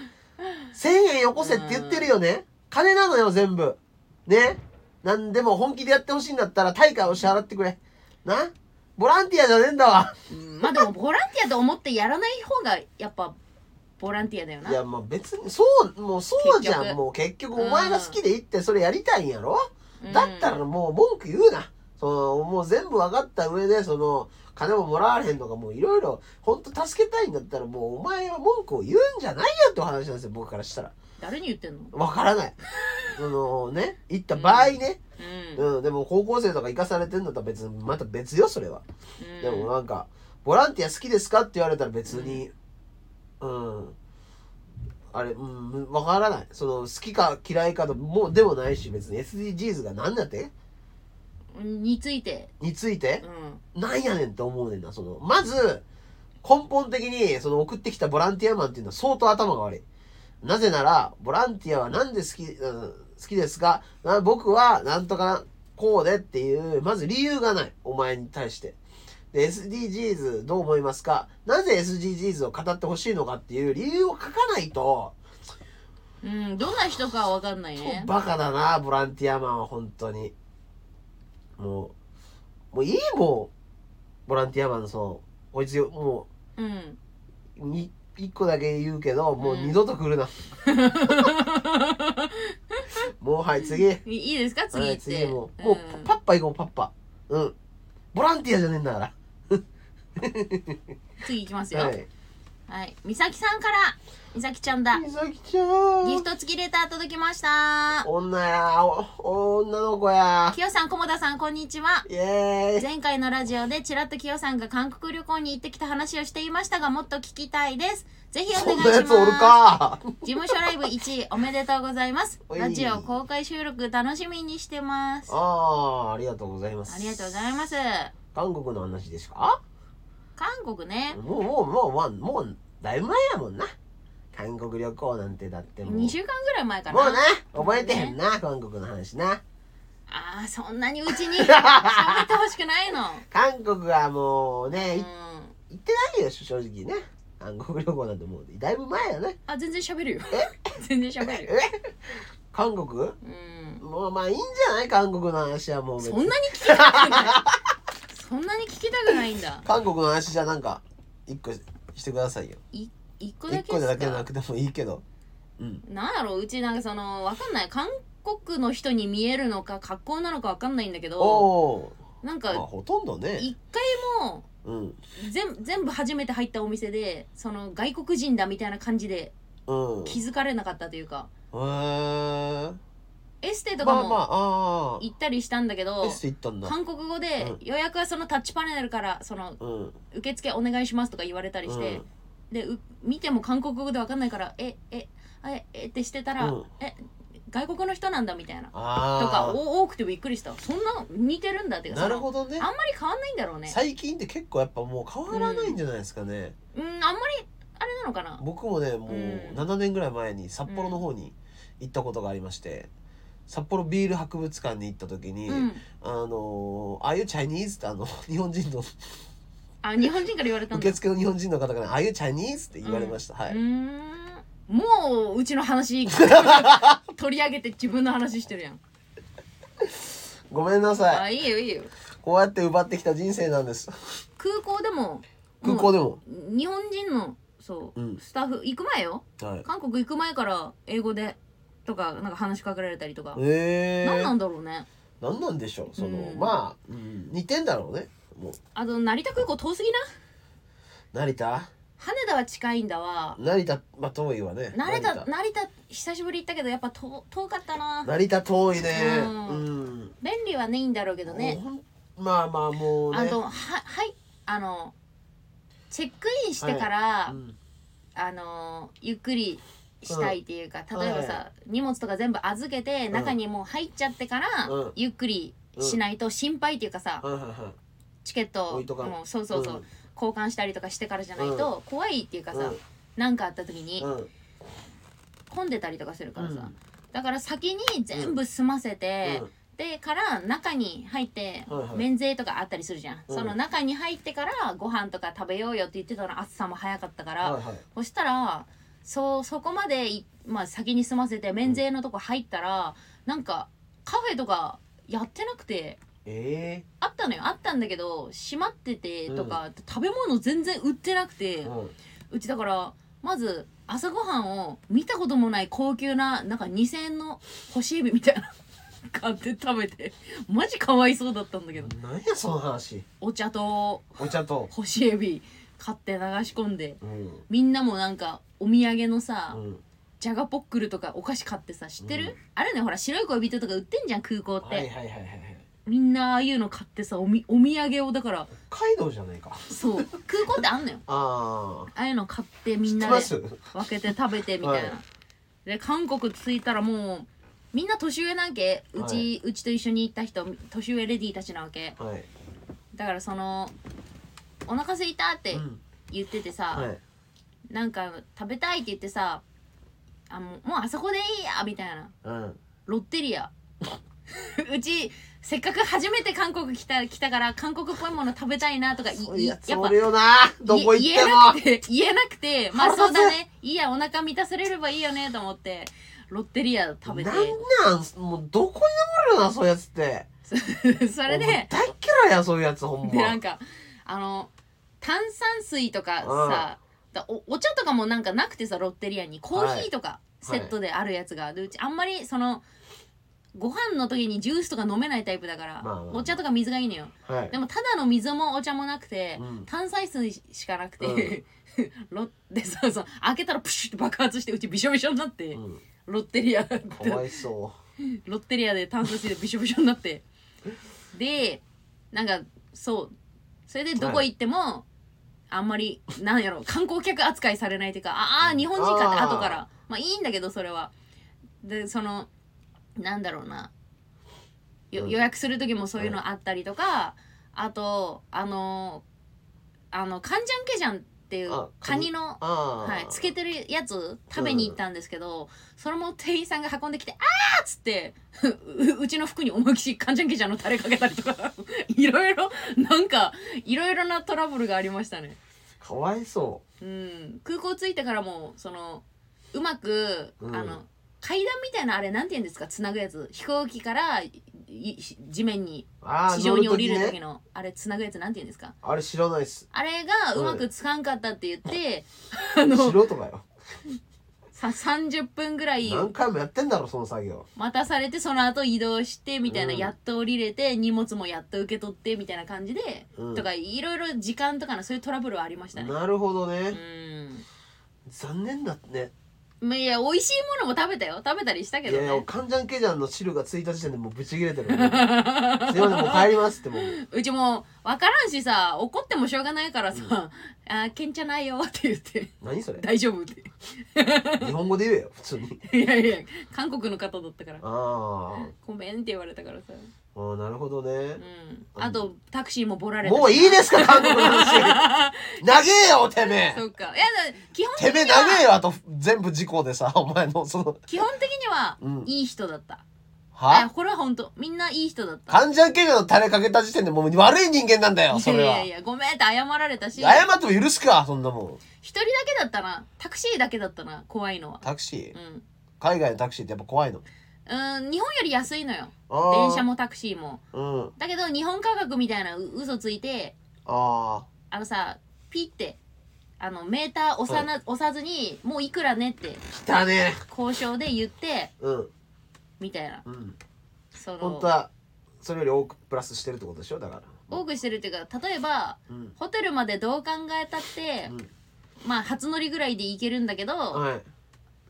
B: 1000円よこせって言ってるよね金なのよ全部ねなんでも本気でやってほしいんだったら対価を支払ってくれなボランティアじゃねえんだわ
A: うんまあでもボランティアと思ってやらない方がやっぱボランティアだよない
B: やまあ別にそうもうそうじ
A: 結
B: ゃん
A: 局
B: もう結局お前が好きで行ってそれやりたいんやろ
A: うん
B: だったらもう文句言うな。そのもう全部分かった上でその金ももらわれへんとかもういろいろ本当助けたいんだったらもうお前は文句を言うんじゃないよってお話なんですよ僕からしたら
A: 誰に言ってんの
B: 分か らないそのね行った場合ね、
A: うん、
B: うんでも高校生とか行かされてんだったら別にまた別よそれは、
A: うん
B: でもなんかボランティア好きですかって言われたら別にうん、あれうん分からないその好きか嫌いかともうでもないし別に SDGs が何だって
A: について
B: について、
A: うん
B: なんやねんって思うねんな、その。まず、根本的に、その送ってきたボランティアマンっていうのは相当頭が悪い。なぜなら、ボランティアはなんで好き、うん好きですかな僕はなんとかなこうでっていう、まず理由がない。お前に対して。で、SDGs どう思いますかなぜ SDGs を語ってほしいのかっていう理由を書かないと、
A: うんどんな人かは分かんないね
B: バカだな、ボランティアマンは本当に。もう、もういいもん。ボランティアマンのその、こいつよ、もう、
A: うん
B: に一個だけ言うけどもううん二度と 来るな、もうはい次
A: いいいですか次
B: は
A: 行っ
B: い、
A: て、
B: 次もうもう
A: うん
B: パッパ行こうパッパうんボランティアじゃねえんだか
A: 次行きますよ
B: ら
A: は、
B: はいい
A: 美咲さんから美咲ちゃんだ
B: みさきちゃん
A: ギフト付きレター届きました
B: 女やお女の子や
A: きよさん、こもださん、こんにちは。
B: イエーイ
A: 前回のラジオでちらっときよさんが韓国旅行に行ってきた話をしていましたが、もっと聞きたいです。ぜひお
B: そ
A: 願い
B: ん
A: し
B: なや
A: ます。
B: つおるか
A: 事務所ライブ1位おめでとうございます。
B: おい
A: ラジオ公開収録楽しみにしてます。あ
B: あーありがとうございます
A: りがとうございます。
B: 韓国の話ですか
A: 韓国ね、
B: もうもうもうもうもうだいぶ前やもんな韓国旅行なんてだってもう
A: 2週間ぐらい前か
B: も
A: な。
B: うな覚えてへんな、韓国の話な
A: ああ、そんなにうちに喋ってほしくないの。
B: 韓国はもうね、
A: う
B: い
A: ん。
B: 行ってないよ正直ね韓国旅行なんてもうだいぶ前やね
A: あ、全然喋るよ。全然喋るよ。
B: 韓国
A: うん。
B: もうまあいいんじゃない韓国の話はもう別
A: そ
B: に
A: んなに聞きたくない。そんなに聞きたくないんだ。
B: 韓国の話じゃなんか一個してくださいよ
A: い一個だ
B: 一
A: け
B: 個
A: で
B: だ
A: す
B: けじゃな
A: か
B: くてもいいけどうん
A: なんだろううちなんかそのわかんない韓国の人に見えるのか格好なのかわかんないんだけ
B: お
A: ど
B: お
A: なん
B: ーまあ
A: か
B: ほとんどね
A: 一回も
B: うん
A: 全全部初めて入ったお店でその外国人だみたいな感じで
B: うん
A: 気づかれなかったというか、
B: へー
A: エステとか
B: まあま
A: も
B: ああ
A: 行ったりしたんだけど、
B: あエステ行ったんだ
A: 韓国語で
B: うん
A: 予約はそのタッチパネルからその
B: うん
A: 受付お願いしますとか言われたりして、でう見ても韓国語で分かんないからええあええってしてたら、
B: うん
A: え外国の人なんだみたいな
B: ああ
A: とかお多くてびっくりしたそんな似てるんだっていうか
B: なる
A: ど
B: ほどね
A: あんまり変わんないんだろうね
B: 最近って結構やっぱもう変わらないんじゃないですかね、
A: うんあんまりあれなのかな
B: 僕もねもう
A: うん
B: 7年ぐらい前に札幌の方に行ったことがありまして、札幌ビール博物館に行った時に、
A: うん
B: あのーああいうチャイニーズってあの 日本人の
A: あ日本人から言われたんだ
B: 受付の日本人の方から、ああいうチャイニーズって言われました、は
A: うー
B: い、
A: んもううちの 話取り上げて自分の話してるやん
B: ごめんなさい、
A: あいいよいいよ
B: こうやって奪ってきた人生なんです
A: 空港でも
B: 空港
A: で
B: でも、
A: 日本人のそう、
B: うん
A: スタッフ行く前よ
B: はい、
A: 韓国行く前から英語でとかなんか話しかけられたりとか、
B: ええ
A: なん
B: ー、
A: なんだろうね
B: なんなんでしょうその、
A: うん
B: まあ、うん似てんだろうねもう
A: あと成田空港遠すぎな
B: 成田
A: 羽田は近いんだわ
B: 成田まあ遠いわね
A: 成田成田久しぶり行ったけどやっぱ遠遠かったな
B: 成田遠いね
A: うん
B: うん
A: 便利はねいいんだろうけどね
B: ほんまあまあもうね
A: あとははいあのチェックインしてから、
B: うん
A: あのゆっくりしたいっていうか、例えばさ、
B: は
A: 荷物とか全部預けて
B: ん
A: 中にもう入っちゃってから、
B: うん
A: ゆっくりしないと心配っていうかさ、
B: はいはいはい
A: チケット
B: 置いとかん
A: もうそうそうそう、
B: うん
A: 交換したりとかしてからじゃないと怖いっていうかさ、
B: うん
A: なんかあった時に
B: うん
A: 混んでたりとかするからさ、
B: うん
A: だから先に全部済ませて、
B: うん
A: でから中に入って
B: はいはい
A: 免税とかあったりするじゃん、
B: うん
A: その中に入ってからご飯とか食べようよって言ってたの暑さも早かったから、
B: はいはい
A: そしたらそうそこまでい、まあ、先に済ませて免税のとこ入ったら、なんかカフェとかやってなくて
B: え
A: あったのよあったんだけど閉まっててとか、食べ物全然売ってなくて、
B: え
A: う
B: うん
A: ちだからまず朝ごはんを見たこともない高級ななんか2000円の干しエビみたいな買って食べてマジかわいそうだったんだけど
B: 何やその話
A: お茶と
B: お茶と
A: 干しエビ買って流し込んで
B: うん
A: みんなもなんかお土産のさ、
B: うん
A: ジャガポックルとかお菓子買ってさ知ってる、
B: うん
A: あるねほら白い恋人とか売ってんじゃん空港って、
B: はいはいはいはいはい
A: みんなああいうの買ってさおみお土産をだから
B: 北海道じゃないか
A: そう空港ってあんのよ
B: あ
A: ああいうの買ってみ
B: あ知
A: ん
B: って
A: な
B: ま
A: です分けて食べてみたいな、
B: は
A: で韓国着いたらもうみんな年上なんけうち、
B: は
A: うちと一緒に行った人年上レディーたちなわけ
B: はい
A: だからその「お腹空いた」って
B: うん
A: 言っててさ、
B: はい
A: なんか食べたいって言ってさあもうもうあそこでいいやみたいな
B: うん
A: ロッテリア うちせっかく初めて韓国来た来たから韓国っぽいもの食べたいなとかい
B: い
A: いや
B: や
A: っ
B: そ
A: ぱ
B: れよなどこ行っ
A: い言え
B: ても
A: なくて言えなく てまあそ
B: 腹立
A: う
B: つ
A: だねいいやお腹満たされればいいよねと思ってロッテリア食べ
B: なんなんもうどこにでもあるなそういうやつって
A: て それ
B: 俺
A: で
B: 大っ嫌いやそういうやつほん
A: でなん
B: ま
A: かあの炭酸水とかさだおお茶とかもなんかなくてさロッテリアにコーヒーとかセットであるやつが、でうちあんまりそのご飯の時にジュースとか飲めないタイプだから、
B: まあまあまあ
A: お茶とか水がいいのよ
B: はい
A: でもただの水もお茶もなくて、
B: うん
A: 炭酸水しかなくて、 ロッでさそう開けたらプシュって爆発してうちびしょびしょになって、
B: うん
A: ロッテリア
B: かわいそ
A: ロッテリアで炭酸水でびしょびしょになってでなんかそうそれでどこ行っても、あんまりなんやろ観光客扱いされないというかああー日本人かって
B: あー
A: 後からまあいいんだけどそれはでそのなんだろうなよ
B: うん
A: 予約する時もそういうのあったりとか、あとあのあのカンジャンケジャンっていう
B: あ
A: カニの
B: うああ
A: はい、つけてるやつ食べに行ったんですけど、それも店員さんが運んできて「あー!」っつって うううちの服に思いっきしカンジャンケジャンのタレかけたりとか いろいろなんかいろいろなトラブルがありましたね。
B: かわいそう
A: うん、空港着いてからもそのうまく、
B: うん
A: あの階段みたいなあれなんて言うんですかつなぐやつ飛行機からい地面に
B: ああ、
A: 地上に降りる
B: 乗
A: 時
B: 時ね。
A: のあれつなぐやつなんて言うんですか
B: あれ知らないっす。
A: あれがうまくつかんかったって言って、あ
B: 素
A: の
B: 人かよ。
A: さ30分ぐらい
B: 何回もやってんだろ、その作業。
A: 待たされてその後移動してみたいな、
B: うん
A: やっと降りれて荷物もやっと受け取ってみたいな感じで、
B: うん
A: とかいろいろ時間とかのそういうトラブルはありましたね
B: なるほど
A: う
B: ね。
A: ん
B: 残念だね。
A: まあいや美味しいものも食べたよ食べたりしたけ
B: い
A: ど
B: や
A: ね
B: いや、カンジャンケジャンの汁がついた時点でもうブチ切 れてる。すいません、もう帰りますってもう。
A: うちも分からんしさ怒ってもしょうがないからさ「あーけんちゃないよ」って言って
B: 何そ
A: 「
B: れ
A: 大丈夫」って
B: 日本語で言えよ、普通に。
A: いやいや韓国の方だったから
B: ああ。
A: 「ごめん」って言われたからさ
B: あーなるほどね
A: う。んあとタクシーもボラれた
B: もういいですか、韓国の話。 長えよ、てめ
A: そ
B: え。
A: うかいやだ基本
B: て
A: 的
B: めえ
A: に
B: 長え
A: は
B: よ、あと全部事故でさ、お前のその。
A: 基本的には
B: うん
A: いい人だった、あ
B: は
A: これは本当みんないい人だった
B: 患者ケガの垂れかけた時点でもう悪い人間なんだよ、
A: い
B: そ
A: やい
B: れは
A: やい。やごめんって謝られたし
B: 謝
A: 一
B: っても許すか、そんなもん。
A: 人だけだったなタクシーだけだったな怖いのは
B: タクシー
A: う。ん
B: 海外のタクシーってやっぱ怖いの。
A: うん日本より安いのよ
B: あー
A: 電車。もタクシーも
B: うん。
A: だけど日本価格みたいなう嘘ついて
B: あ
A: あのさピッてあのメーター押さな、押さずにもういくらねって
B: あ。汚ね
A: 交渉で言って
B: え。うん。
A: みたいな
B: うん。
A: そ
B: 本
A: の
B: 当は、それより多くプラスしてるってことでしょ、だから。
A: 多くしてるっていうか例えば
B: うん。
A: ホテルまでどう考えたって、
B: うん
A: まあ初乗りぐらいで行けるんだけど、
B: はい。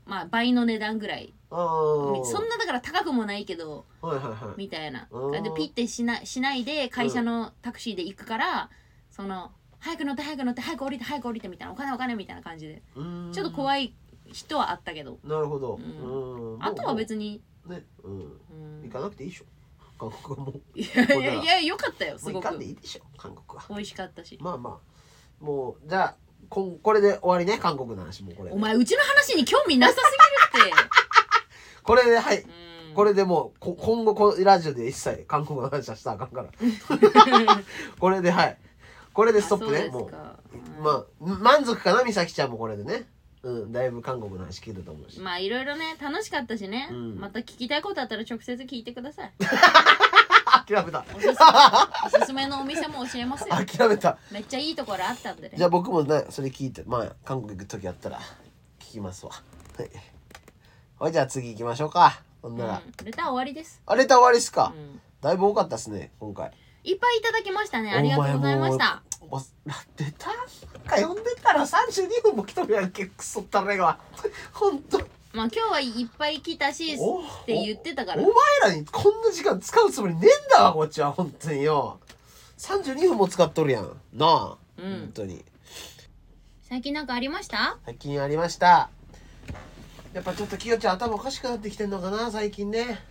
A: まあ倍の値段ぐらい
B: ああ。
A: そんなだから高くもないけど
B: はいはいはい。
A: みたいな
B: うん
A: でピッてしなしないで会社のタクシーで行くから、その早く乗って早く乗って早く降りて早く降りてみたいなお金お金みたいな感じでちょっと
B: い。
A: 怖い人はあったけど
B: なるほど。
A: うん
B: うん
A: あとは別に、
B: ね、うん、
A: うん
B: 行かなくていいでしょ韓国はもうも
A: いやいやいや良かったよす
B: う行
A: ご
B: か
A: く
B: んでいいでしょ韓国は
A: 美味しかったし
B: まあまあもうじゃあこんこれで終わりね韓国の話もうこれ
A: お前うちの話に興味なさすぎるって
B: これではいう
A: ん
B: これでもうこ今後こラジオで一切韓国の話はしたらあかん からこれではいこれでストップねもうまあ満足かな美咲ちゃんもこれでねうんだいぶ韓国の話聞いたと思うし、
A: まあいろいろね楽しかったしね、
B: うん
A: また聞きたいことあったら直接聞いてください
B: 諦めた
A: おすすめ おすすめのお店も教えますよ
B: 諦めた
A: めっちゃいいところあったんでね
B: じゃあ僕もねそれ聞いてまあ韓国行く時やったら聞きますわはいはいじゃあ次行きましょうかほんなら、
A: うん、レター終わりです、
B: あれた終わりっす
A: う
B: か、
A: ん、
B: だいぶ多かったっすね今回
A: いっぱいいただきましたねありがとうございました
B: お前もうおら出たなんか呼んでたら32分も来とるやんけクソったれがほんと
A: まあ今日はいっぱい来たしっ
B: お
A: て言ってたか
B: お
A: ら
B: 前らにこんな時間使うつもりねえんだわこっちはほんとによ32分も使っとるやんなあ、
A: うん
B: ほんとに
A: 最近なんかありました
B: 最近ありましたやっぱちょっときよちゃん頭おかしくなってきてんのかな最近ね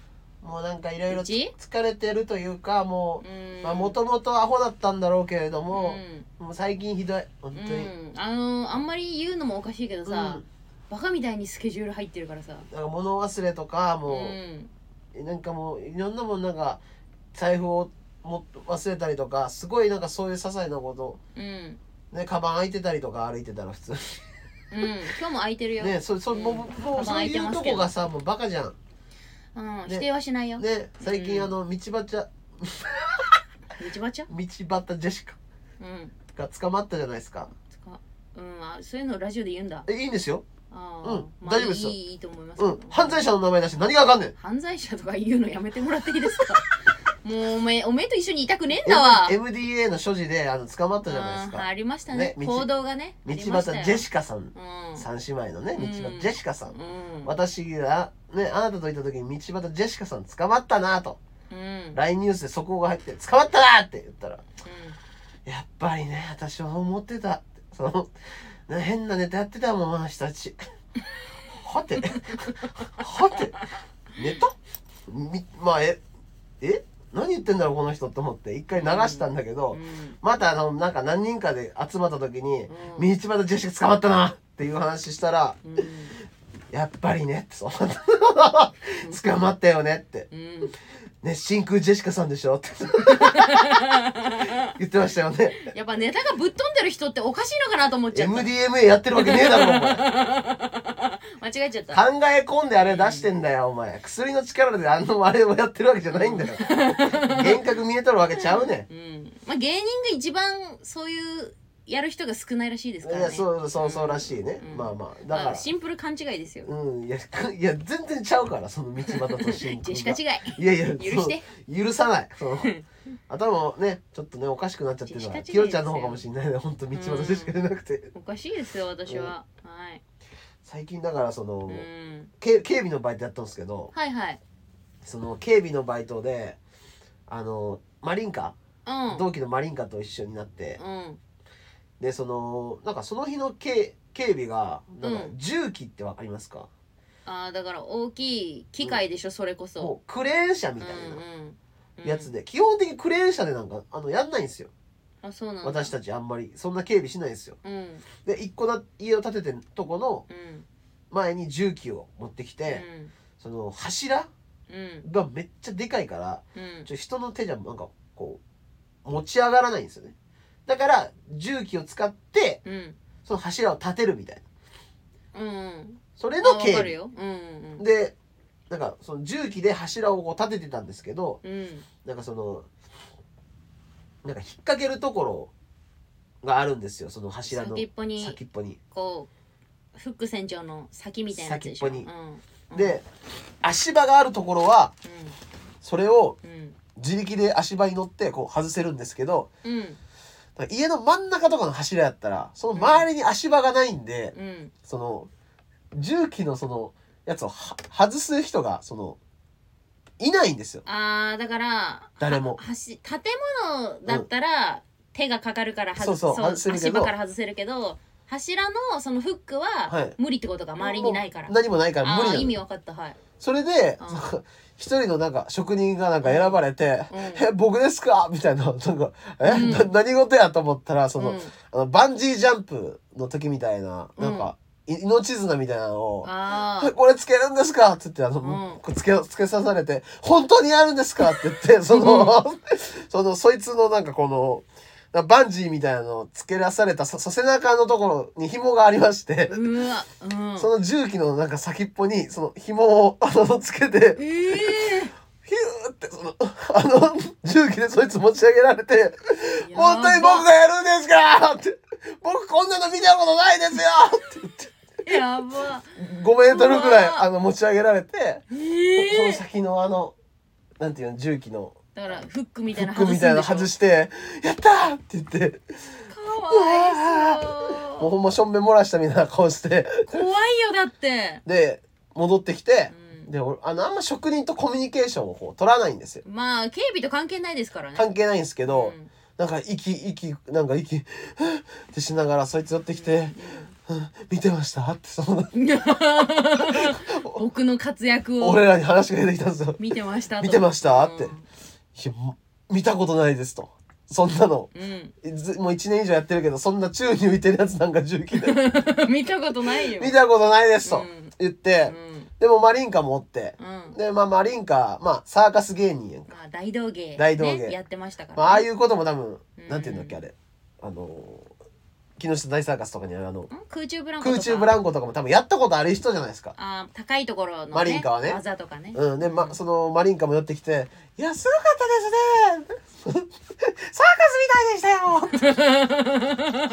B: もうなんかいろいろ
A: うち
B: 疲れてるというかも
A: う
B: う、
A: ん
B: まあもともとアホだったんだろうけれど
A: う
B: も、
A: ん
B: もう最近ひどい本当に、
A: うんあのあんまり言うのもおかしいけどさ、
B: うん
A: バカみたいにスケジュール入ってるからさ
B: なんか物忘れとか
A: う
B: も
A: ん
B: う、なんかもういろんなもんなんか財布をも忘れたりとかすごいなんかそういう些細なこと
A: うん
B: ねカバン開いてたりとか歩いてたら普通に
A: うん、今日も空いてるよ、
B: ねそそ、
A: うん
B: もうも
A: カバン
B: うそう
A: 開い
B: い
A: て
B: う
A: ます
B: と
A: けど
B: こがさもうバカじゃん
A: うん、
B: ね
A: 否定はしないよ、
B: ね最近、
A: うん
B: あの道端
A: 道端
B: 道端ジェシカ
A: うん
B: が捕まったじゃないですか
A: つかうんあそういうのラジオで言うんだ
B: えいいんですよ
A: あ
B: う
A: ー
B: ん
A: まあ
B: 大丈夫ですよ
A: いいいいと思いますけ
B: う
A: ど
B: ん犯罪者の名前出して何がわかんねん
A: 犯罪者とか言うのやめてもらっていいですかもうおめえおめえと一緒にいたくねえんだわ
B: M- MDA の所持であの捕まったじゃないです
A: あー
B: か
A: ありましたね
B: ね道
A: 行動がね
B: 道
A: ありま
B: 端
A: したよ
B: ジェシカさん
A: うん
B: 三姉妹のね道端
A: うん
B: ジェシカさん
A: うん
B: 私がねあなたといた時に道端ジェシカさん捕まったなと
A: うん
B: LINE ニュースで速報が入って捕まったなって言ったら
A: う
B: やっぱりね私は思ってたってそのな変なネタやってたもんあの人たちはてはてネタみまあええ何言ってんだろうこの人と思って一回流したんだけど、
A: んうん
B: またあのなんか何人かで集まった時に「
A: うん
B: 道端ジェシカ捕まったな」っていう話したら
A: うん
B: 「やっぱりね」ってそう捕まったよねって
A: うん
B: 「ね真空ジェシカさんで しょ」って言ってましたよね。
A: やっぱ ネタがぶっ飛んでる人っておかしいのかなと思っちゃった
B: MDMA やってるわけねえだろお前
A: 間違えちゃった
B: 考え込んであれ出してんだよ、お前。薬の力であのあれをやってるわけじゃないんだ よ。幻覚見えとるわけちゃうね
A: うんまあ芸人が一番そういうやる人が少ないらしいです
B: ん。
A: か
B: い
A: ら
B: や、
A: ね
B: そう、そう、そうらしいね。
A: うん
B: まあまあ。だか
A: まあ
B: ら。
A: シンプル勘違いですよ
B: うん、いや、かいや、全然ちゃうから、その道端と 進
A: ジェシ
B: 行
A: カ
B: が。
A: 違い
B: いやいや、その
A: 許して
B: 許さない。 その頭をね、ちょっとね、おかしくなっちゃってるの
A: ジェシカ違
B: は、
A: いです
B: きよ
A: よ
B: ちゃんの方かもしれないね、本当道端でしかじゃなくて。
A: おかしいですよ私は、はい、
B: 最近だから、その、
A: うん、
B: け警備のバイトやったんですけど、
A: はいはい
B: その警備のバイトで、あの、マリンカ、
A: うん
B: 同期のマリンカと一緒になって、
A: うん
B: で、その、なんかその日の警警備が、なんか
A: う、ん
B: 重機ってわかりますか、
A: ああだから大きい機械でしょ、それこそ
B: もうクレーン車み
A: うん
B: たいな。
A: うんうん
B: やつで、基本的にクレーン車でなんかあのやんないんですよ
A: あそうなんだ
B: 私たちあんまりそんな警備しないんですよ
A: うん
B: で一個だ家を建ててるとこの
A: うん
B: 前に重機を持ってきて、その柱
A: うんうん
B: がめっちゃでかいから
A: うん
B: ちょ人の手じゃなんかこう持ち上がらないんですよねだから重機を使って
A: うん
B: その柱を立てるみたいな
A: うん
B: それ
A: あ
B: の
A: わか
B: 警
A: る
B: 備
A: ようんうん
B: でなんかその重機で柱をこう立ててたんですけど
A: うん
B: なんかそのなんか引っ掛けるところがあるんですよその柱の
A: 先っぽに
B: 先っぽに
A: こうフック船長の先みたいなやつでしょ
B: 先っ
A: う
B: ぽに
A: んうん、
B: で足場があるところはそれを
A: うんうん
B: 自力で足場に乗ってこう外せるんですけど
A: うん
B: だから家の真ん中とかの柱やったらその周りに足場がないんで、
A: うん
B: その重機のそのやつをは外す人がそのいないんですよ
A: あーだから
B: 誰も
A: はし建物だったら、手がかかるから外
B: そうそう外せるけど
A: 足場から外せるけど柱のそのフック
B: はい
A: は無理ってことが周りにないから、
B: もう何もないから無
A: あ
B: 理
A: あー
B: な
A: 意
B: の
A: 味分かったはい
B: それで
A: うん
B: その一人のなんか職人がなんか選ばれて
A: うん
B: 「え僕ですか?」みたいななんか「え、
A: うん
B: な何事や?」と思ったらその,、
A: うん
B: あのバンジージャンプの時みたいななんか、い命綱みたいなのを
A: あ
B: はいこれつけるんですか?」って言ってあの、つけつけさされて「本当にやるんですか?」って言ってその そのそいつのなんかこの。なんかバンジーみたいなのをつけらされたそそ背中のところに紐がありまして
A: あ、うわうん
B: その重機のなんか先っぽにその紐をあのつけて
A: ええ
B: ヒューってその あの重機でそいつ持ち上げられて
A: ー、
B: 本当に僕がやるんですかって僕こんなの見たことないですよって言って
A: やば
B: 5メートルぐらいう
A: わ
B: あの持ち上げられてそ
A: え
B: の
A: え
B: 先のあのなんていうの重機の
A: だからフックみ
B: フ
A: たいな
B: ックみたいなの外
A: し
B: して「やったー!」って言って
A: かわい
B: もう
A: そう
B: ほんましょんべん漏らしたみたいな顔して
A: 怖いよだって、
B: で戻ってきて
A: う。ん、
B: で俺あのあんま職人とコミュニケーションをこう取らないんですよ
A: まあ警備と関係ないですからね
B: 関係ないんですけど、
A: うん
B: なんか息息なんか息ってしながらそいつ寄ってきて「見てました?」ってその
A: 僕の活躍を
B: 俺らに話しかけてきたんですよ
A: 見てましたと
B: 見てましたって
A: うん
B: いやもう見たことないですとそんなの
A: うん、
B: ずもう1年以上やってるけどそんな宙に浮いてるやつなんか重機で
A: 見たことないよ
B: 見たことないです
A: う
B: と
A: ん
B: 言っ
A: う
B: て
A: ん
B: でもマリンカもおって
A: うん
B: でまあマリンカまあサーカス芸人やんか、
A: まあ大道芸、ね、
B: 大道芸
A: やってましたから、
B: まあ、ああいうことも多分
A: うん
B: なんていうんだっけあれあの木下大サーカスとかにあるあの
A: ん空中ブランコと
B: 空
A: か
B: 中ブランコとかも多分やったことある人じゃないですか
A: あー高いところの、ね、
B: マリンカはね
A: 技とかね、
B: うん、で、ま、そのマリンカも寄ってきて「いやすごかったですねサーカスみたいでしたよ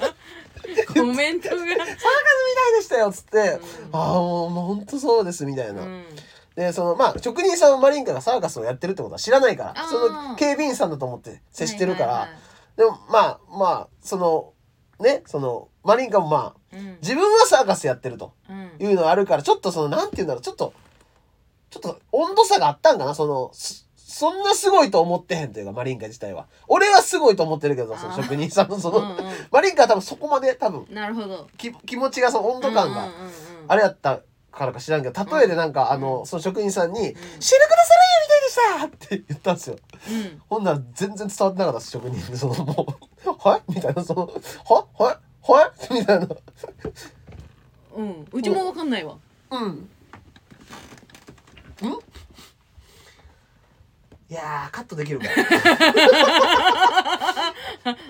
A: コメント が、
B: サーカスみたいでしたよ」っつって
A: う
B: 「
A: ん
B: ああもうもうほんとそうです」みたいうな。
A: ん、
B: でそのまあ職人さんはマリンカがサーカスをやってるってことは知らないか
A: あ
B: ら
A: ー
B: その警備員さんだと思って接してるから、
A: はいはい
B: でもまあまあそのねそのマリンカもまあ
A: はいうん
B: 自分はサーカスやってると
A: うん
B: いうのはあるからちょっとそのなんて言うんだろうちょっとちょっと温度差があったんかなそのそそんなすごいと思ってへんというかマリンカ自体は俺はすごいと思ってるけどそ
A: あ
B: の
A: ー
B: 職人さんのその、
A: うん
B: マリンカは多分そこまで多分
A: うん、なるほど
B: き気持ちがその温度
A: うんう
B: 感が
A: んうんうん
B: あれやったからか知らんけど例えでなんか、あのその職人さんに「シルク・ドゥ・ソレイユみたいでした!」って言ったんですよ
A: うん
B: ほんなら全然伝わってなかったです職人でそのもう 「はい?」みたいなその「ははいはい?」みたいな
A: うん、うちもわかんないわ
B: うん。ん いやー、カットできるか。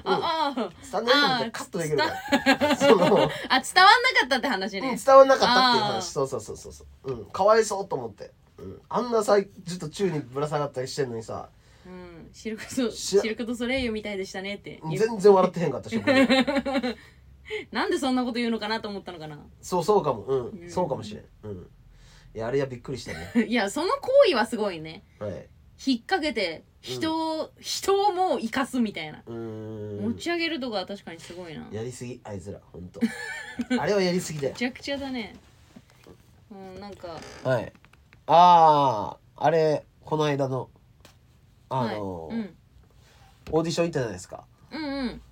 A: ああ
B: 伝タンドインカムってカットできるから。その、う
A: あ伝
B: ん
A: わんなかったって話ね
B: 伝わんなかったっていう
A: あー
B: 話。そうそうそうそうそう。うん、かわいそうと思って。うん、あんなさ、ずっと宙にぶら下がったりしてんのにさ、
A: うんシルクド
B: し
A: シルクドソレイユみたいでしたねって言う
B: 全然笑ってへんかったし、僕
A: なんでそんなこと言うのかなと思ったのかな
B: そうそうかも、うん、
A: うん
B: そうかもしれん。うん。いや、あれはびっくりしたね。
A: いやその行為はすごいね
B: はい。
A: 引っ掛けて人を、人をもう生かすみたいな、
B: うー
A: 持
B: ん。
A: ち上げるとこは確かにすごいな
B: やりすぎ、あいつら、ほんと。あれはやりすぎだよ
A: め。ちゃくちゃだねうんなんか
B: はい。ああ、あれ、この間の、あの、
A: はいうん、
B: オーディション行ったじゃないですか。
A: うんうん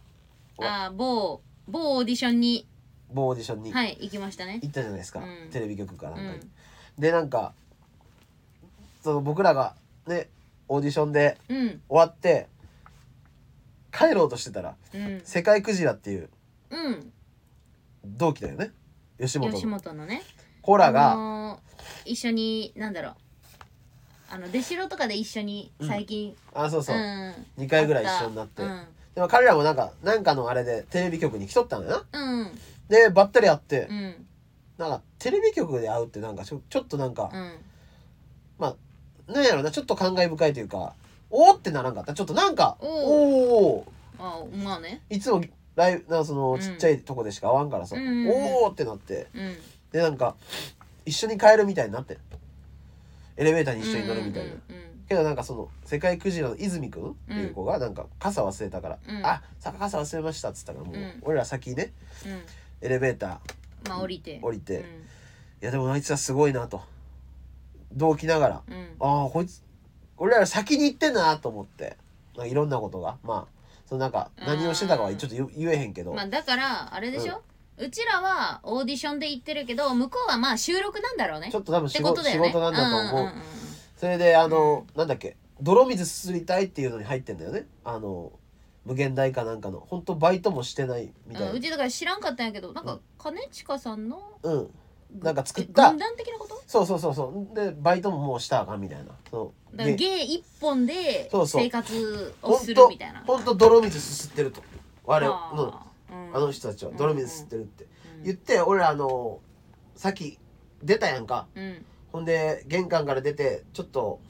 A: ああ某某オーディションに
B: 某オーディションに行
A: はい行きましたね
B: ったじゃないですか。
A: うん
B: テレビ局かなん
A: う
B: か
A: ん
B: に。で、なんか、その僕らがね、オーディションで
A: うん
B: 終わって、帰ろうとしてたら、
A: うん
B: 世界クジラっていう
A: うん
B: 同期だよね。吉本
A: 吉
B: の。
A: 本のね
B: コラ
A: あ
B: が、
A: のー一緒になんだろうあの出城とかで一緒に最近、
B: あ、そう
A: う
B: そ
A: ん
B: う。2回ぐらい一緒になって
A: う。ん、
B: でも彼らもなんか、なんかのあれでテレビ局に来とったのよな。
A: うん
B: で、ばったり会って、
A: うん
B: なんかテレビ局で会うってなんかちょちょっとなんか
A: う、ん
B: なんやろなちょっと感慨深いというかおおってならんかったちょっとなんか
A: おー
B: おお
A: あまあね
B: ーいつもライブなんかその
A: うん
B: ちっちゃいとこでしか会わんからさ、
A: うんうんうん
B: おおってなって
A: うん
B: でなんか一緒に帰るみたいになってエレベーターに一緒に乗るみたいな、
A: うんうん
B: けどなんかその世界クジラの泉くんっていう子がなんか傘忘れたから「
A: うん
B: あ坂傘忘れました」っつったからもう、
A: うん
B: 俺ら先ね
A: うんうん
B: エレベータ
A: まあ降りて
B: 降りてーいやでもあいつはすごいなと同期ながら
A: うんうん
B: ああこいつ俺ら先に行ってんなと思ってなんかいろんなことがまあそのなんか何をしてたかはちょっと言言えへんけど、
A: まあだからあれでしょ、うちらはオーディションで行ってるけど向こうはまあ収録なんだろうね
B: ちょっと多分
A: って
B: 仕
A: こ
B: 事,、
A: とだ
B: 仕
A: よね
B: 事なんだと思う、
A: んんん
B: それであの、なんだっけ泥水すすりたいっていうのに入ってんだよねあの無限大かなんかの本当バイトもしてないみた
A: うんう
B: いな
A: ちだから知らんかったんやけどなんか兼近さんの
B: うん、
A: ぐ
B: なんか作った
A: 軍団的なこと
B: そうそうそうそうでバイトももうしたらあかんみたいなそう
A: だから
B: で
A: 芸一本で
B: そうそう
A: 生活を
B: ほ
A: す
B: ん
A: る
B: と
A: みたいな
B: ほんと泥水すすってると我々うん
A: あーうん
B: あの人たちは泥水吸ってるって
A: うん
B: 言って俺らあのさっき出たやんか
A: うん
B: ほんで玄関から出てちょっと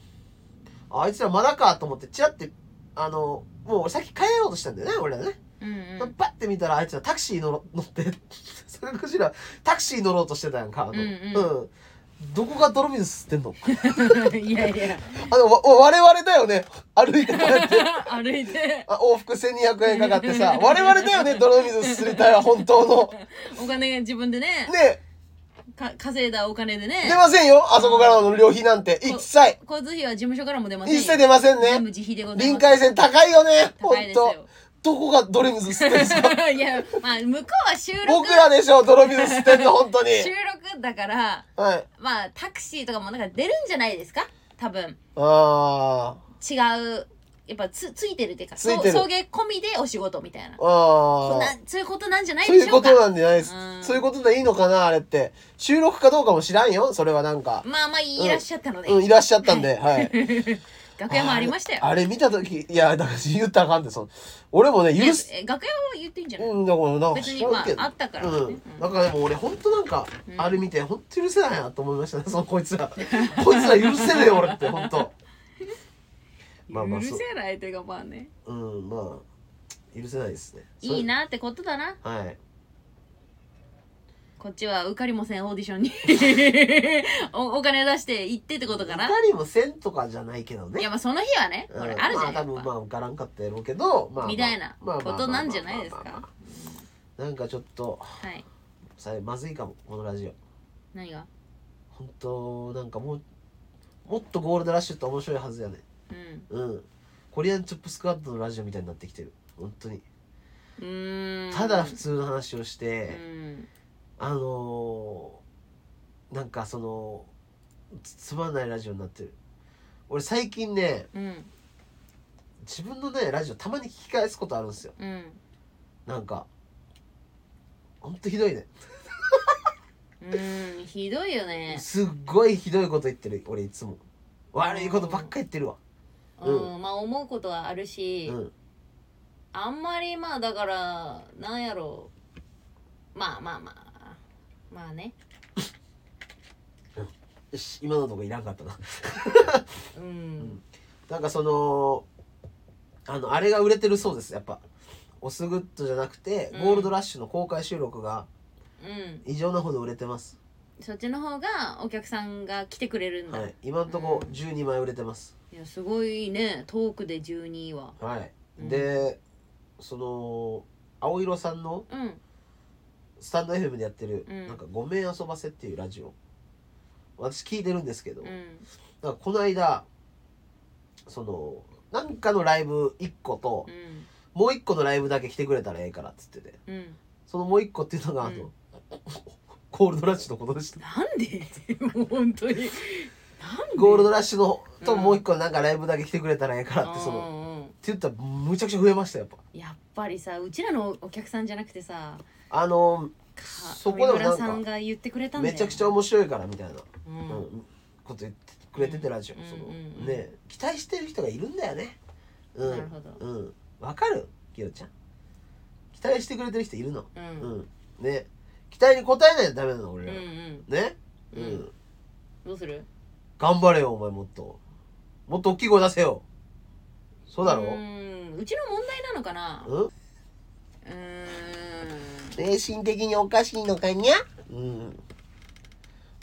B: ああいつらまだかと思ってチラってあのもう俺さっき帰ろうとしたんだよね俺らね、
A: うんうん
B: パッて見たらあいつらタクシー乗ろ乗って それこちらタクシー乗ろうとしてたやんかあの
A: うんうん
B: どこが泥水吸ってんの
A: いやいや
B: あのわ我々だよね歩いてこうやって
A: 歩いて
B: あ往復1200円かかって さ我々だよね泥水吸りたいは本当の
A: お金自分でね
B: ね
A: か稼いだお金でね
B: 出ませんよあそこからの旅費なんて一切
A: 交通費は事務所からも出ませんよ
B: 一切出ません
A: 全部
B: ね
A: 自費でございます
B: 臨海線高いよね
A: 高いです
B: 本当
A: よ
B: どこが泥水吸ってるんで すか
A: いやまあ向こうは収録
B: 僕らでしょ泥水 吸ってんの本当に
A: 収録だから
B: はい
A: まあタクシーとかもなんか出るんじゃないですか多分
B: あ
A: 違うやっぱつついてるっていうか
B: ついてる
A: そう送迎込みでお仕事みたいな
B: ーあ
A: そんな
B: ー
A: そういうことなんじゃない
B: そう
A: で
B: い
A: し
B: う
A: ょ
B: こ
A: うか
B: となんじゃないです
A: うん
B: そういうことでいいのかなあれって収録かどうかも知らんよそれはなんか
A: まあまあいらっしゃったので、
B: うんいらっしゃったんで はい
A: 楽屋もありましたよ
B: あれあれ見た時いやだから言ったらあかんでその俺もね許す
A: ええ楽屋は言っていいんじゃない、
B: うん、だからなんか
A: 別に
B: 知らんけど
A: まああったからね
B: う
A: うん
B: ん、なんかでも俺本当なんか、
A: うん
B: あれ見て本当許せないなと思いましたね そのこいつらこいつら許せねえ俺って 本当まあまあ
A: 許
B: そう
A: せないというかまあね
B: うんまあ許せないですねそれ
A: いいなってことだな
B: はい
A: こっちは受かりもせんオーディションに おお金出して行ってってことかな
B: 他にもせんとかじゃないけど
A: い
B: ね
A: やまあその日はね、
B: うん
A: ほらあるじゃん、や
B: まあ多
A: っ
B: 分
A: ぱ
B: まあ受からんかったやろうけど、まあまあ、
A: みたいな
B: まあま
A: こ
B: あ
A: となんじゃないですか
B: まあまあまあまあなんかちょっと
A: はい
B: さまずいかもこのラジオ
A: 何が
B: 本当なんかもうもっとゴールドラッシュって面白いはずやね
A: うん
B: うんコリアンチョップスクワットのラジオみたいになってきてる本当に
A: うーん
B: ただ普通の話をし
A: う
B: て、
A: ん
B: あのーなんかそのつつまんないラジオになってる俺最近ね
A: うん
B: 自分のねラジオたまに聞き返すことあるんですよ
A: うん
B: なんかほんとひどいね
A: うんひどいよね
B: すっごいひどいこと言ってる俺いつも悪いことばっか言ってるわ
A: う
B: うん
A: ん、まあ思うことはあるし、
B: うん
A: あんまりまあだからなんやろうまあまあまあまあね
B: よし今のとこいらんかったな
A: うん
B: なんかそのあのあれが売れてるそうですやっぱオスグッドじゃなくて、
A: うん
B: ゴールドラッシュの公開収録が
A: うん
B: 異常なほど売れてます
A: そっちの方がお客さんが来てくれるんだ、、
B: はいい今のとこ12枚売れてます
A: やすごいねトークで12位は
B: はい、
A: うん
B: でその青色さんの
A: うん
B: スタンド FM でやってる、
A: うん
B: なんか「ごめん遊ばせ」っていうラジオ私聞いてるんですけど、
A: うん
B: なんかこの間そのなんかのライブ1個と、
A: うん
B: もう1個のライブだけ来てくれたらええからっつってて
A: うん
B: そのもう1個っていうのがあの、
A: うん
B: ゴールドラッシュのことでした
A: なんで もう本当になんで
B: ゴールドラッシュのと
A: うん
B: もう1個なんかライブだけ来てくれたらええからってその、っ
A: うんうん
B: て言ったらむちゃくちゃ増えましたやっぱ
A: やっぱりさうちらのお客さんじゃなくてさ
B: あの
A: か
B: そこでもなんか
A: 上村さんが言ってくれたんだ
B: め
A: よ
B: ちゃくちゃ面白いからみたいな、
A: う
B: うん
A: ん
B: こと言ってくれててラジオ、
A: うん
B: その、
A: うんうんうん
B: ね期待してる人がいるんだよねうん
A: なるほど
B: うんわかるきよちゃん期待してくれてる人いるの
A: う
B: うんん、
A: うん
B: ね期待に応えないとダメなの俺
A: う
B: ら、
A: ん
B: ねうん、
A: うんどうする
B: 頑張れよお前もっともっと大きい声出せよそうだろ
A: ーんうちの問題なのかな
B: うん
A: うー
B: 精神的におかしいのかにゃうん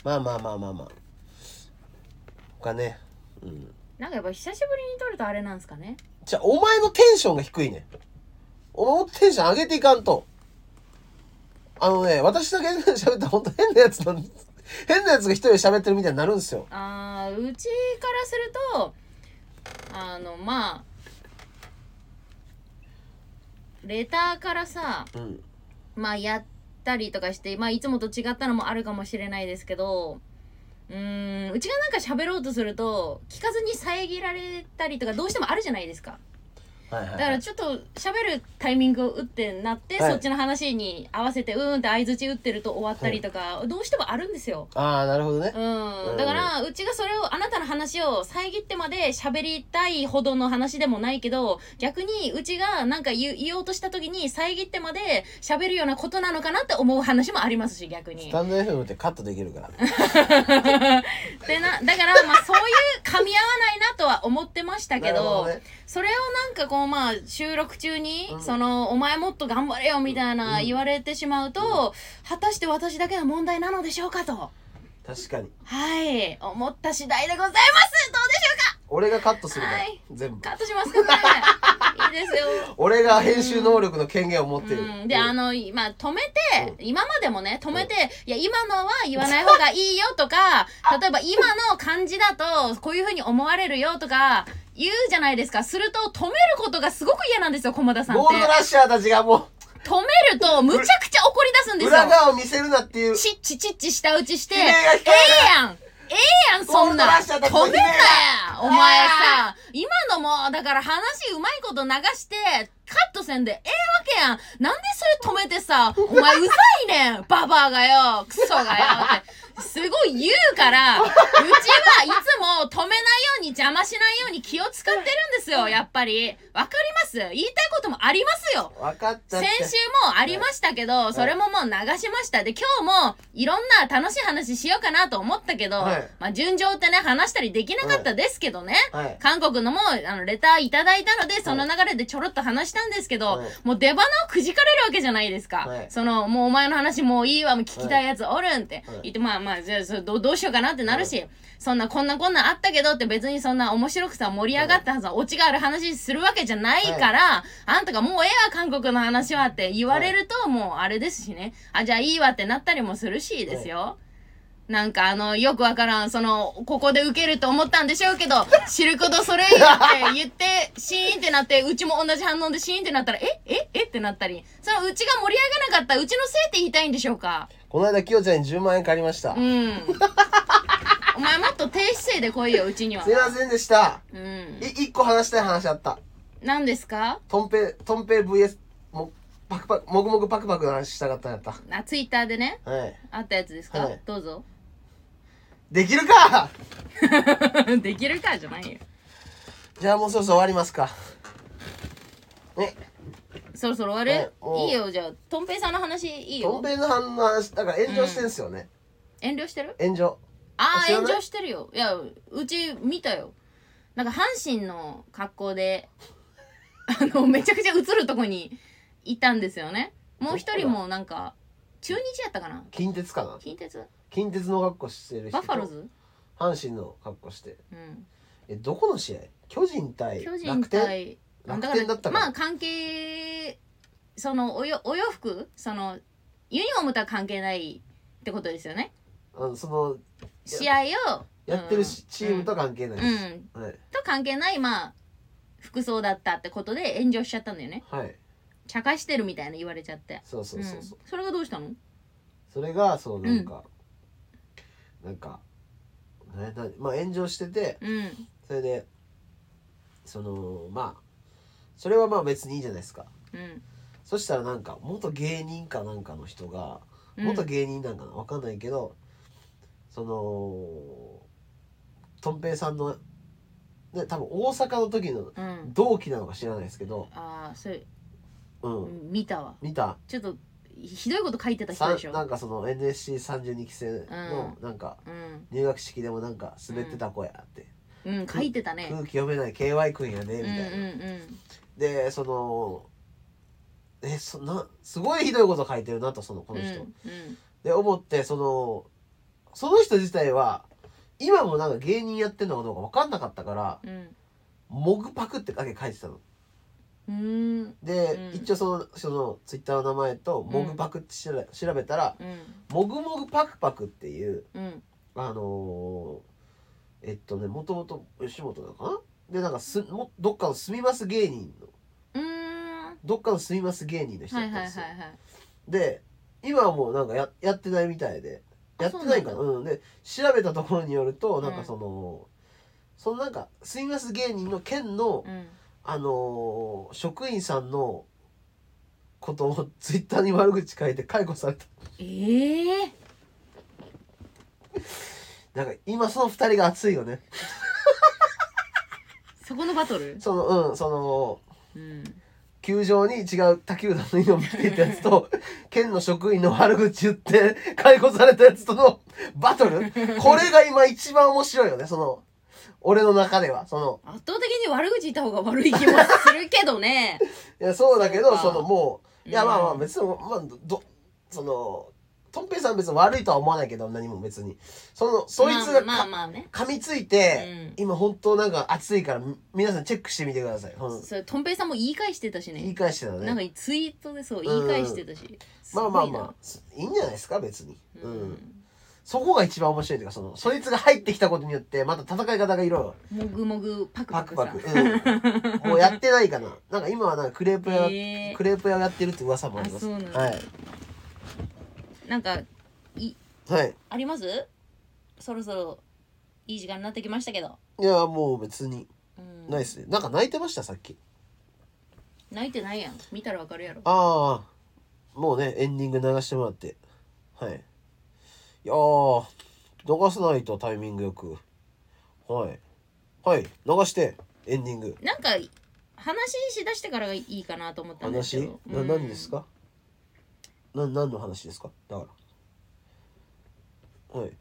B: まあまあまあまあまあ他ねうん
A: んなんかやっぱ久しぶりに撮るとあれなんですかね
B: じゃあお前のテンションが低いねんお前もっとテンション上げていかんとあのね私だけで喋ったらほんと変なやつなんです変なやつが一人で喋ってるみたいになるんですよ
A: あーうちからするとあのまあレターからさ
B: うん
A: まあやったりとかして、まあいつもと違ったのもあるかもしれないですけど、うーん、うちがなんか喋ろうとすると、聞かずに遮られたりとかどうしてもあるじゃないですか。
B: はい
A: だ
B: は
A: か
B: い、は
A: ら
B: い、
A: ちょっと喋るタイミングを打ってなって、
B: はい
A: そっちの話に合わせて、うーんって相づち打ってると終わったりとか、どうしてもあるんですよ。
B: ああなるほどね
A: うん、だから、うちがそれを、あなたの話を遮ってまで喋りたいほどの話でもないけど、逆にうちがなんか言う言おうとした時に遮ってまで喋るようなことなのかなって思う話もありますし、逆
B: ス
A: に。
B: タンド FM ってカットできるから
A: でな、だから、まあそういう噛み合わないなとは思ってましたけ
B: なる
A: ど、
B: ほね
A: それをなんかこうまあ収録中に、
B: うん
A: そのお前もっと頑張れよみたいな
B: うん
A: 言われてしまうと、果たして私だけの問題なのでしょうかと。
B: 確かに
A: はい、思った次第でございますどうでしょうか
B: 俺がカットするから、
A: はい
B: 全部
A: カットしますか ねいいですよ。
B: 俺が編集能力の権限を持っている、
A: うん、で、あの、まあ、止めて、今までもね、止めて、いや、今のは言わない方がいいよとか、例えば今の感じだと、こういう風に思われるよとか、言うじゃないですか。すると、止めることがすごく嫌なんですよ、駒田さんっ
B: ゴ
A: て
B: ール。ドラッシャーたちがも
A: 止めると、むちゃくちゃ怒り出すん
B: う
A: です
B: 裏
A: よ。
B: 側を見せるなっていう
A: チッチチッチ下打ちして、え
B: 悲
A: え
B: 鳴が聞こ
A: やんええやん、そんな
B: ゴールドラッシャーだった
A: 止めんなやお前さ
B: あ、
A: 今のも、だから話うまいこと流して、カットせんでええわけやん。なんでそれ止めてさ、お前うざいね ん、ババアがよ、クソがよって。すごい言うから、うちはいつも止めないように邪魔しないように気を使ってるんですよ、やっぱり。わかります言いたいこともありますよ。
B: 分かったっ
A: 先
B: て
A: 週もありましたけど、それももう流しました。で、今日もいろんな楽しい話しようかなと思ったけど、
B: はい
A: まあ、順調ってね、話したりできなかったですけどね。
B: はい
A: 韓国のも、あの、レターいただいたので、その流れでちょろっと話したんですけど、
B: はい
A: もう出花をくじかれるわけじゃないですか。
B: はい
A: その、もうお前の話もういいわ、もう聞きたいやつおるんって
B: はい
A: 言って、まあまあ、じゃあそれどう、どうしようかなってなるし、そんなこんなこんなんあったけどって別にそんな面白くさ、盛り上がったはずは、オチがある話するわけじゃないから、あんたがもうええわ、韓国の話はって言われると、もうあれですしね。あ、じゃあいいわってなったりもするしですよ。なんかあの、よくわからん、その、ここで受けると思ったんでしょうけど、 知ることそれ言って、言って、シーンってなって、うちも同じ反応でシーンってなったら、えええってなったり、そのうちが盛り上がなかった、うちのせいって言いたいんでしょうか
B: この間きよちゃんに10万円借りました、
A: うん。お前もっと低姿勢で来いよ、うちには
B: すい。ませんでした
A: うん
B: い。一個話したい話あった
A: 何ですか
B: とんぺいとんぺい VS もパクパクもぐもぐパクパクの話したかったんやった
A: あ、ツイッターでね、
B: はい
A: あったやつですか、
B: はい
A: どうぞ。
B: できるか
A: できるかじゃないよ。
B: じゃあもうそろそろ終わりますかね
A: そろそろ終わる
B: はいおう
A: いいよじゃあとんぺいさんの話いい
B: とん
A: よ
B: べいの反応だから炎上してんすよね、
A: 遠慮してる
B: 炎上
A: あ
B: あ知
A: あ
B: ら
A: 炎
B: ない
A: 上してるよいやうち見たよなんか阪神の格好であのめちゃくちゃ映るとこにいたんですよねもう一人もなんか中日やったかな
B: 近鉄かな
A: 近鉄
B: 近鉄の格好してる
A: バ
B: 人と
A: ファローズ
B: 阪神の格好して
A: うん
B: えどこの試合巨人対
A: 巨人
B: 楽天
A: 対
B: 楽
A: だ
B: 天だった
A: か
B: から
A: ま
B: ら、
A: あ関係そのおよお洋服そのユニフォームとは関係ないってことですよね
B: あのその
A: 試合を
B: やってるし、チームとは関係ない
A: うん、
B: で
A: う
B: す、
A: ん
B: はい
A: と関係ないまあ服装だったってことで炎上しちゃったんだよね
B: はい
A: 茶化してるみたいな言われちゃって
B: そうそうそうそ
A: ん
B: う、
A: それがどうしたの
B: それがそうなんか、なんかななまあ炎上してて
A: うん
B: それでそのまあそれはまあ別にいいじゃないですか
A: うん
B: そしたらなんか元芸人かなんかの人が
A: うん
B: 元芸人なんかなわかんないけどそのとん平さんの、ね、多分大阪の時の
A: うん
B: 同期なのか知らないですけど、
A: ああそれ
B: うん、
A: 見たわ
B: 見た
A: ちょっとひどいこと書いてた人
B: さ
A: で
B: ん
A: し
B: な
A: ょ
B: んかその NSC32 期生のなんか
A: うん
B: 入学式でもなんか滑ってた子やって、
A: うん書いてたね
B: 空気読めない KY 君やねみ
A: うん
B: た
A: う
B: い
A: ん
B: な、
A: うん
B: でそのえそんなすごいひどいこと書いてるなとそのこの
A: う
B: 人、
A: んうん
B: で思ってそのその人自体は今もなんか芸人やってんのかどうか分かんなかったから
A: うん
B: 「モグパク」ってだけ書いてたの。
A: うーん
B: で、
A: うん
B: 一応そのそのツイッターの名前と「モグパク」ってしら、調べたら
A: うん
B: 「モグモグパクパク」っていう
A: うん
B: あのーえっとねもともと吉本なのかなでなんかすもどっかの住みます芸人の
A: うーんは
B: どっかの住みます芸人の
A: い
B: 人だ
A: は
B: っ
A: い
B: たん
A: はい
B: ですよ。
A: はい
B: で今はもうなんかややってないみたいで
A: あ
B: やってないかな
A: そう
B: うんで調べたところによると
A: うん
B: なんかその、そのなんかすいません芸人の県の、
A: うん
B: あのー職員さんのことをツイッターに悪口書いて解雇された
A: ええ
B: なんか今その二人が熱いよね
A: そこのバトル
B: そのうんその
A: うん
B: 球場に違う他球団のユニフォーム着ていたやつ と県の職員の悪口言って解雇されたやつとのバトルこれが今一番面白いよねその俺の中ではその
A: 圧倒的に悪口言った方が悪い気もするけどね
B: いやそうだけど
A: そう
B: そ
A: か
B: のもういや
A: うん
B: まあまあ別にまあどそのとんぺいさん別に悪いとは思わないけど何も別にその そいつがか、
A: まあまあまあね
B: 噛みついて、
A: う
B: 今本当なんか熱いからみ皆さんチェックしてみてください、うん、
A: それとんぺいさんも言い返してたし
B: 言い
A: ね
B: 返してた
A: なんか
B: ね
A: ツイートでそう言い返してたし、す
B: ま
A: ご
B: あ
A: い
B: ま
A: な
B: あまあいいんじゃないですか別に
A: う
B: うん
A: ん
B: そこが一番面白いというかそのそいつが入ってきたことによってまた戦い方がいろいろ
A: もぐもぐパク
B: パ
A: パ
B: ク
A: ク
B: パ
A: さ
B: ク、うん、もうやってないかななんか今はなんかクレープ屋、
A: へー
B: クレープ屋をやってるって噂もあります
A: あそうなんだ
B: はい、
A: なんかい
B: はい、
A: ありますそろそろいい時間になってきましたけど、
B: いやもう別に
A: うん、
B: ないですねなんか泣いてましたさっき
A: 泣いてないやん見たらわかるやろ
B: ああもうねエンディング流してもらってはいいやー流さないとタイミングよくはいはい流してエンディング
A: なんか話しだしてからがいいかなと思ったんですけ
B: 話
A: ど
B: な
A: うん
B: 何ですかな何の話ですかだからはい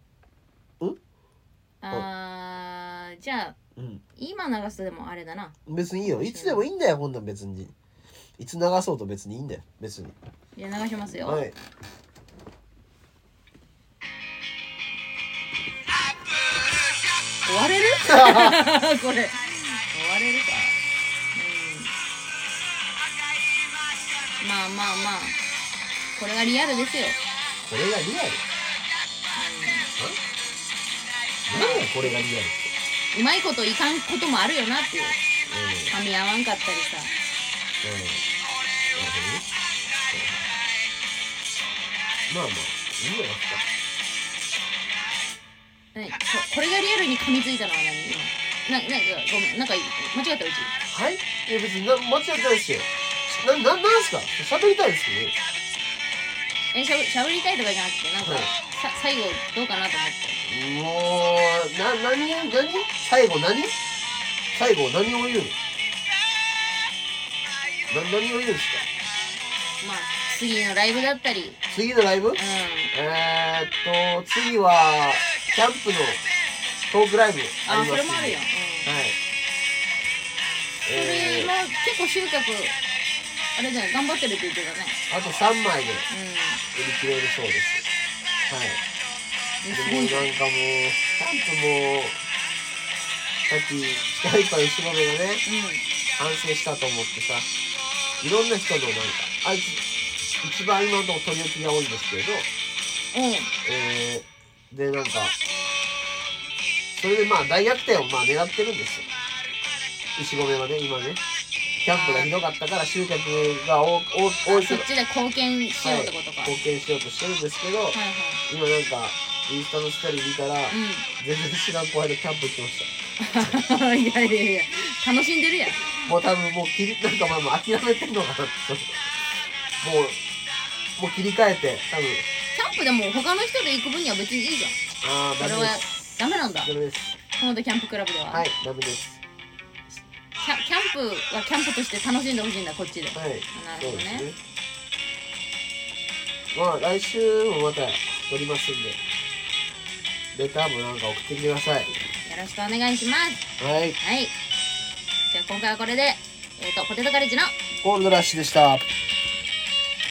A: あーじゃあ
B: うん
A: 今流すとでもあれだな
B: 別にいいよいつでもいいんだよこんなん別にいつ流そうと別にいいんだよ別に
A: じゃあ流しますよ、
B: はい
A: 終われ るこれ終われるかうんまあまあまあこれがリアルですよ
B: これがリアル何やこれがリアルって
A: うまいこといかんこともあるよなっていう噛み合わんかったりさ
B: うんうんまあまあいいよ
A: 何ここれがリアルに噛みついたのは何今ななんかごめんなんか間違ったうち
B: はいいや別にな間違ってないですよなななんですか喋りたいですけどね
A: えしゃぶしゃぶりたいとかじゃなくてなんか、
B: はい
A: さ最後どうかなと思って
B: もうな何何最後何最後何を言うのな何を言うんですか
A: まあ次のライブだったりうん
B: 次のライブえー、っと、次は、キャンプのトークライブあり
A: あ
B: ます
A: それもあるよ、うん、
B: はい。
A: そ
B: え
A: れまあ結構収穫あれじゃない頑張ってるって言ってたね
B: ー、あと3枚で
A: う
B: 売り切れるそうです。はい。
A: ん
B: でもうなんかもう、キャンプも、さっき、北海道の石鍋がね、
A: う
B: 反省したと思ってさ、いろんな人のなんか、あいつ、一番今のとこ取り置きが多いんですけれど、
A: んうん
B: えー、でなんかそれでまあ大逆転をまあ狙ってるんですよ牛込はね今ねキャンプがひどかったから集客が多多多
A: あ
B: い
A: そ
B: け
A: っ
B: ど
A: ちで貢献しようってことか、はい、
B: 貢献しようとしてるんですけど
A: はい
B: 今なんかインスタのストーリー見たら
A: う
B: 全然知らん後輩でキャンプ行きました
A: ん いやいやいや楽しんでるやん
B: もう多分もう切りなんかまあもう諦めてんのかなってもうもう切り替えて多分
A: キャンプでも他の人で行く分には別にいいじゃん
B: ああダ
A: 俺
B: メ
A: は
B: です
A: ダメなんだ
B: ダメです
A: 熊本キャンプクラブでは、
B: はいダメです
A: キャキャンプはキャンプとして楽しんでほしいんだこっちで
B: はい
A: なる
B: そ
A: ほ
B: う
A: ど
B: で
A: ね
B: すね。まあ来週もまた撮りますんで、レターもなんか送ってきてください。
A: よろしくお願いします
B: はい、
A: はいじゃあ今回はこれでえっ、とポテトカレッジの
B: ゴールドラッシュでした。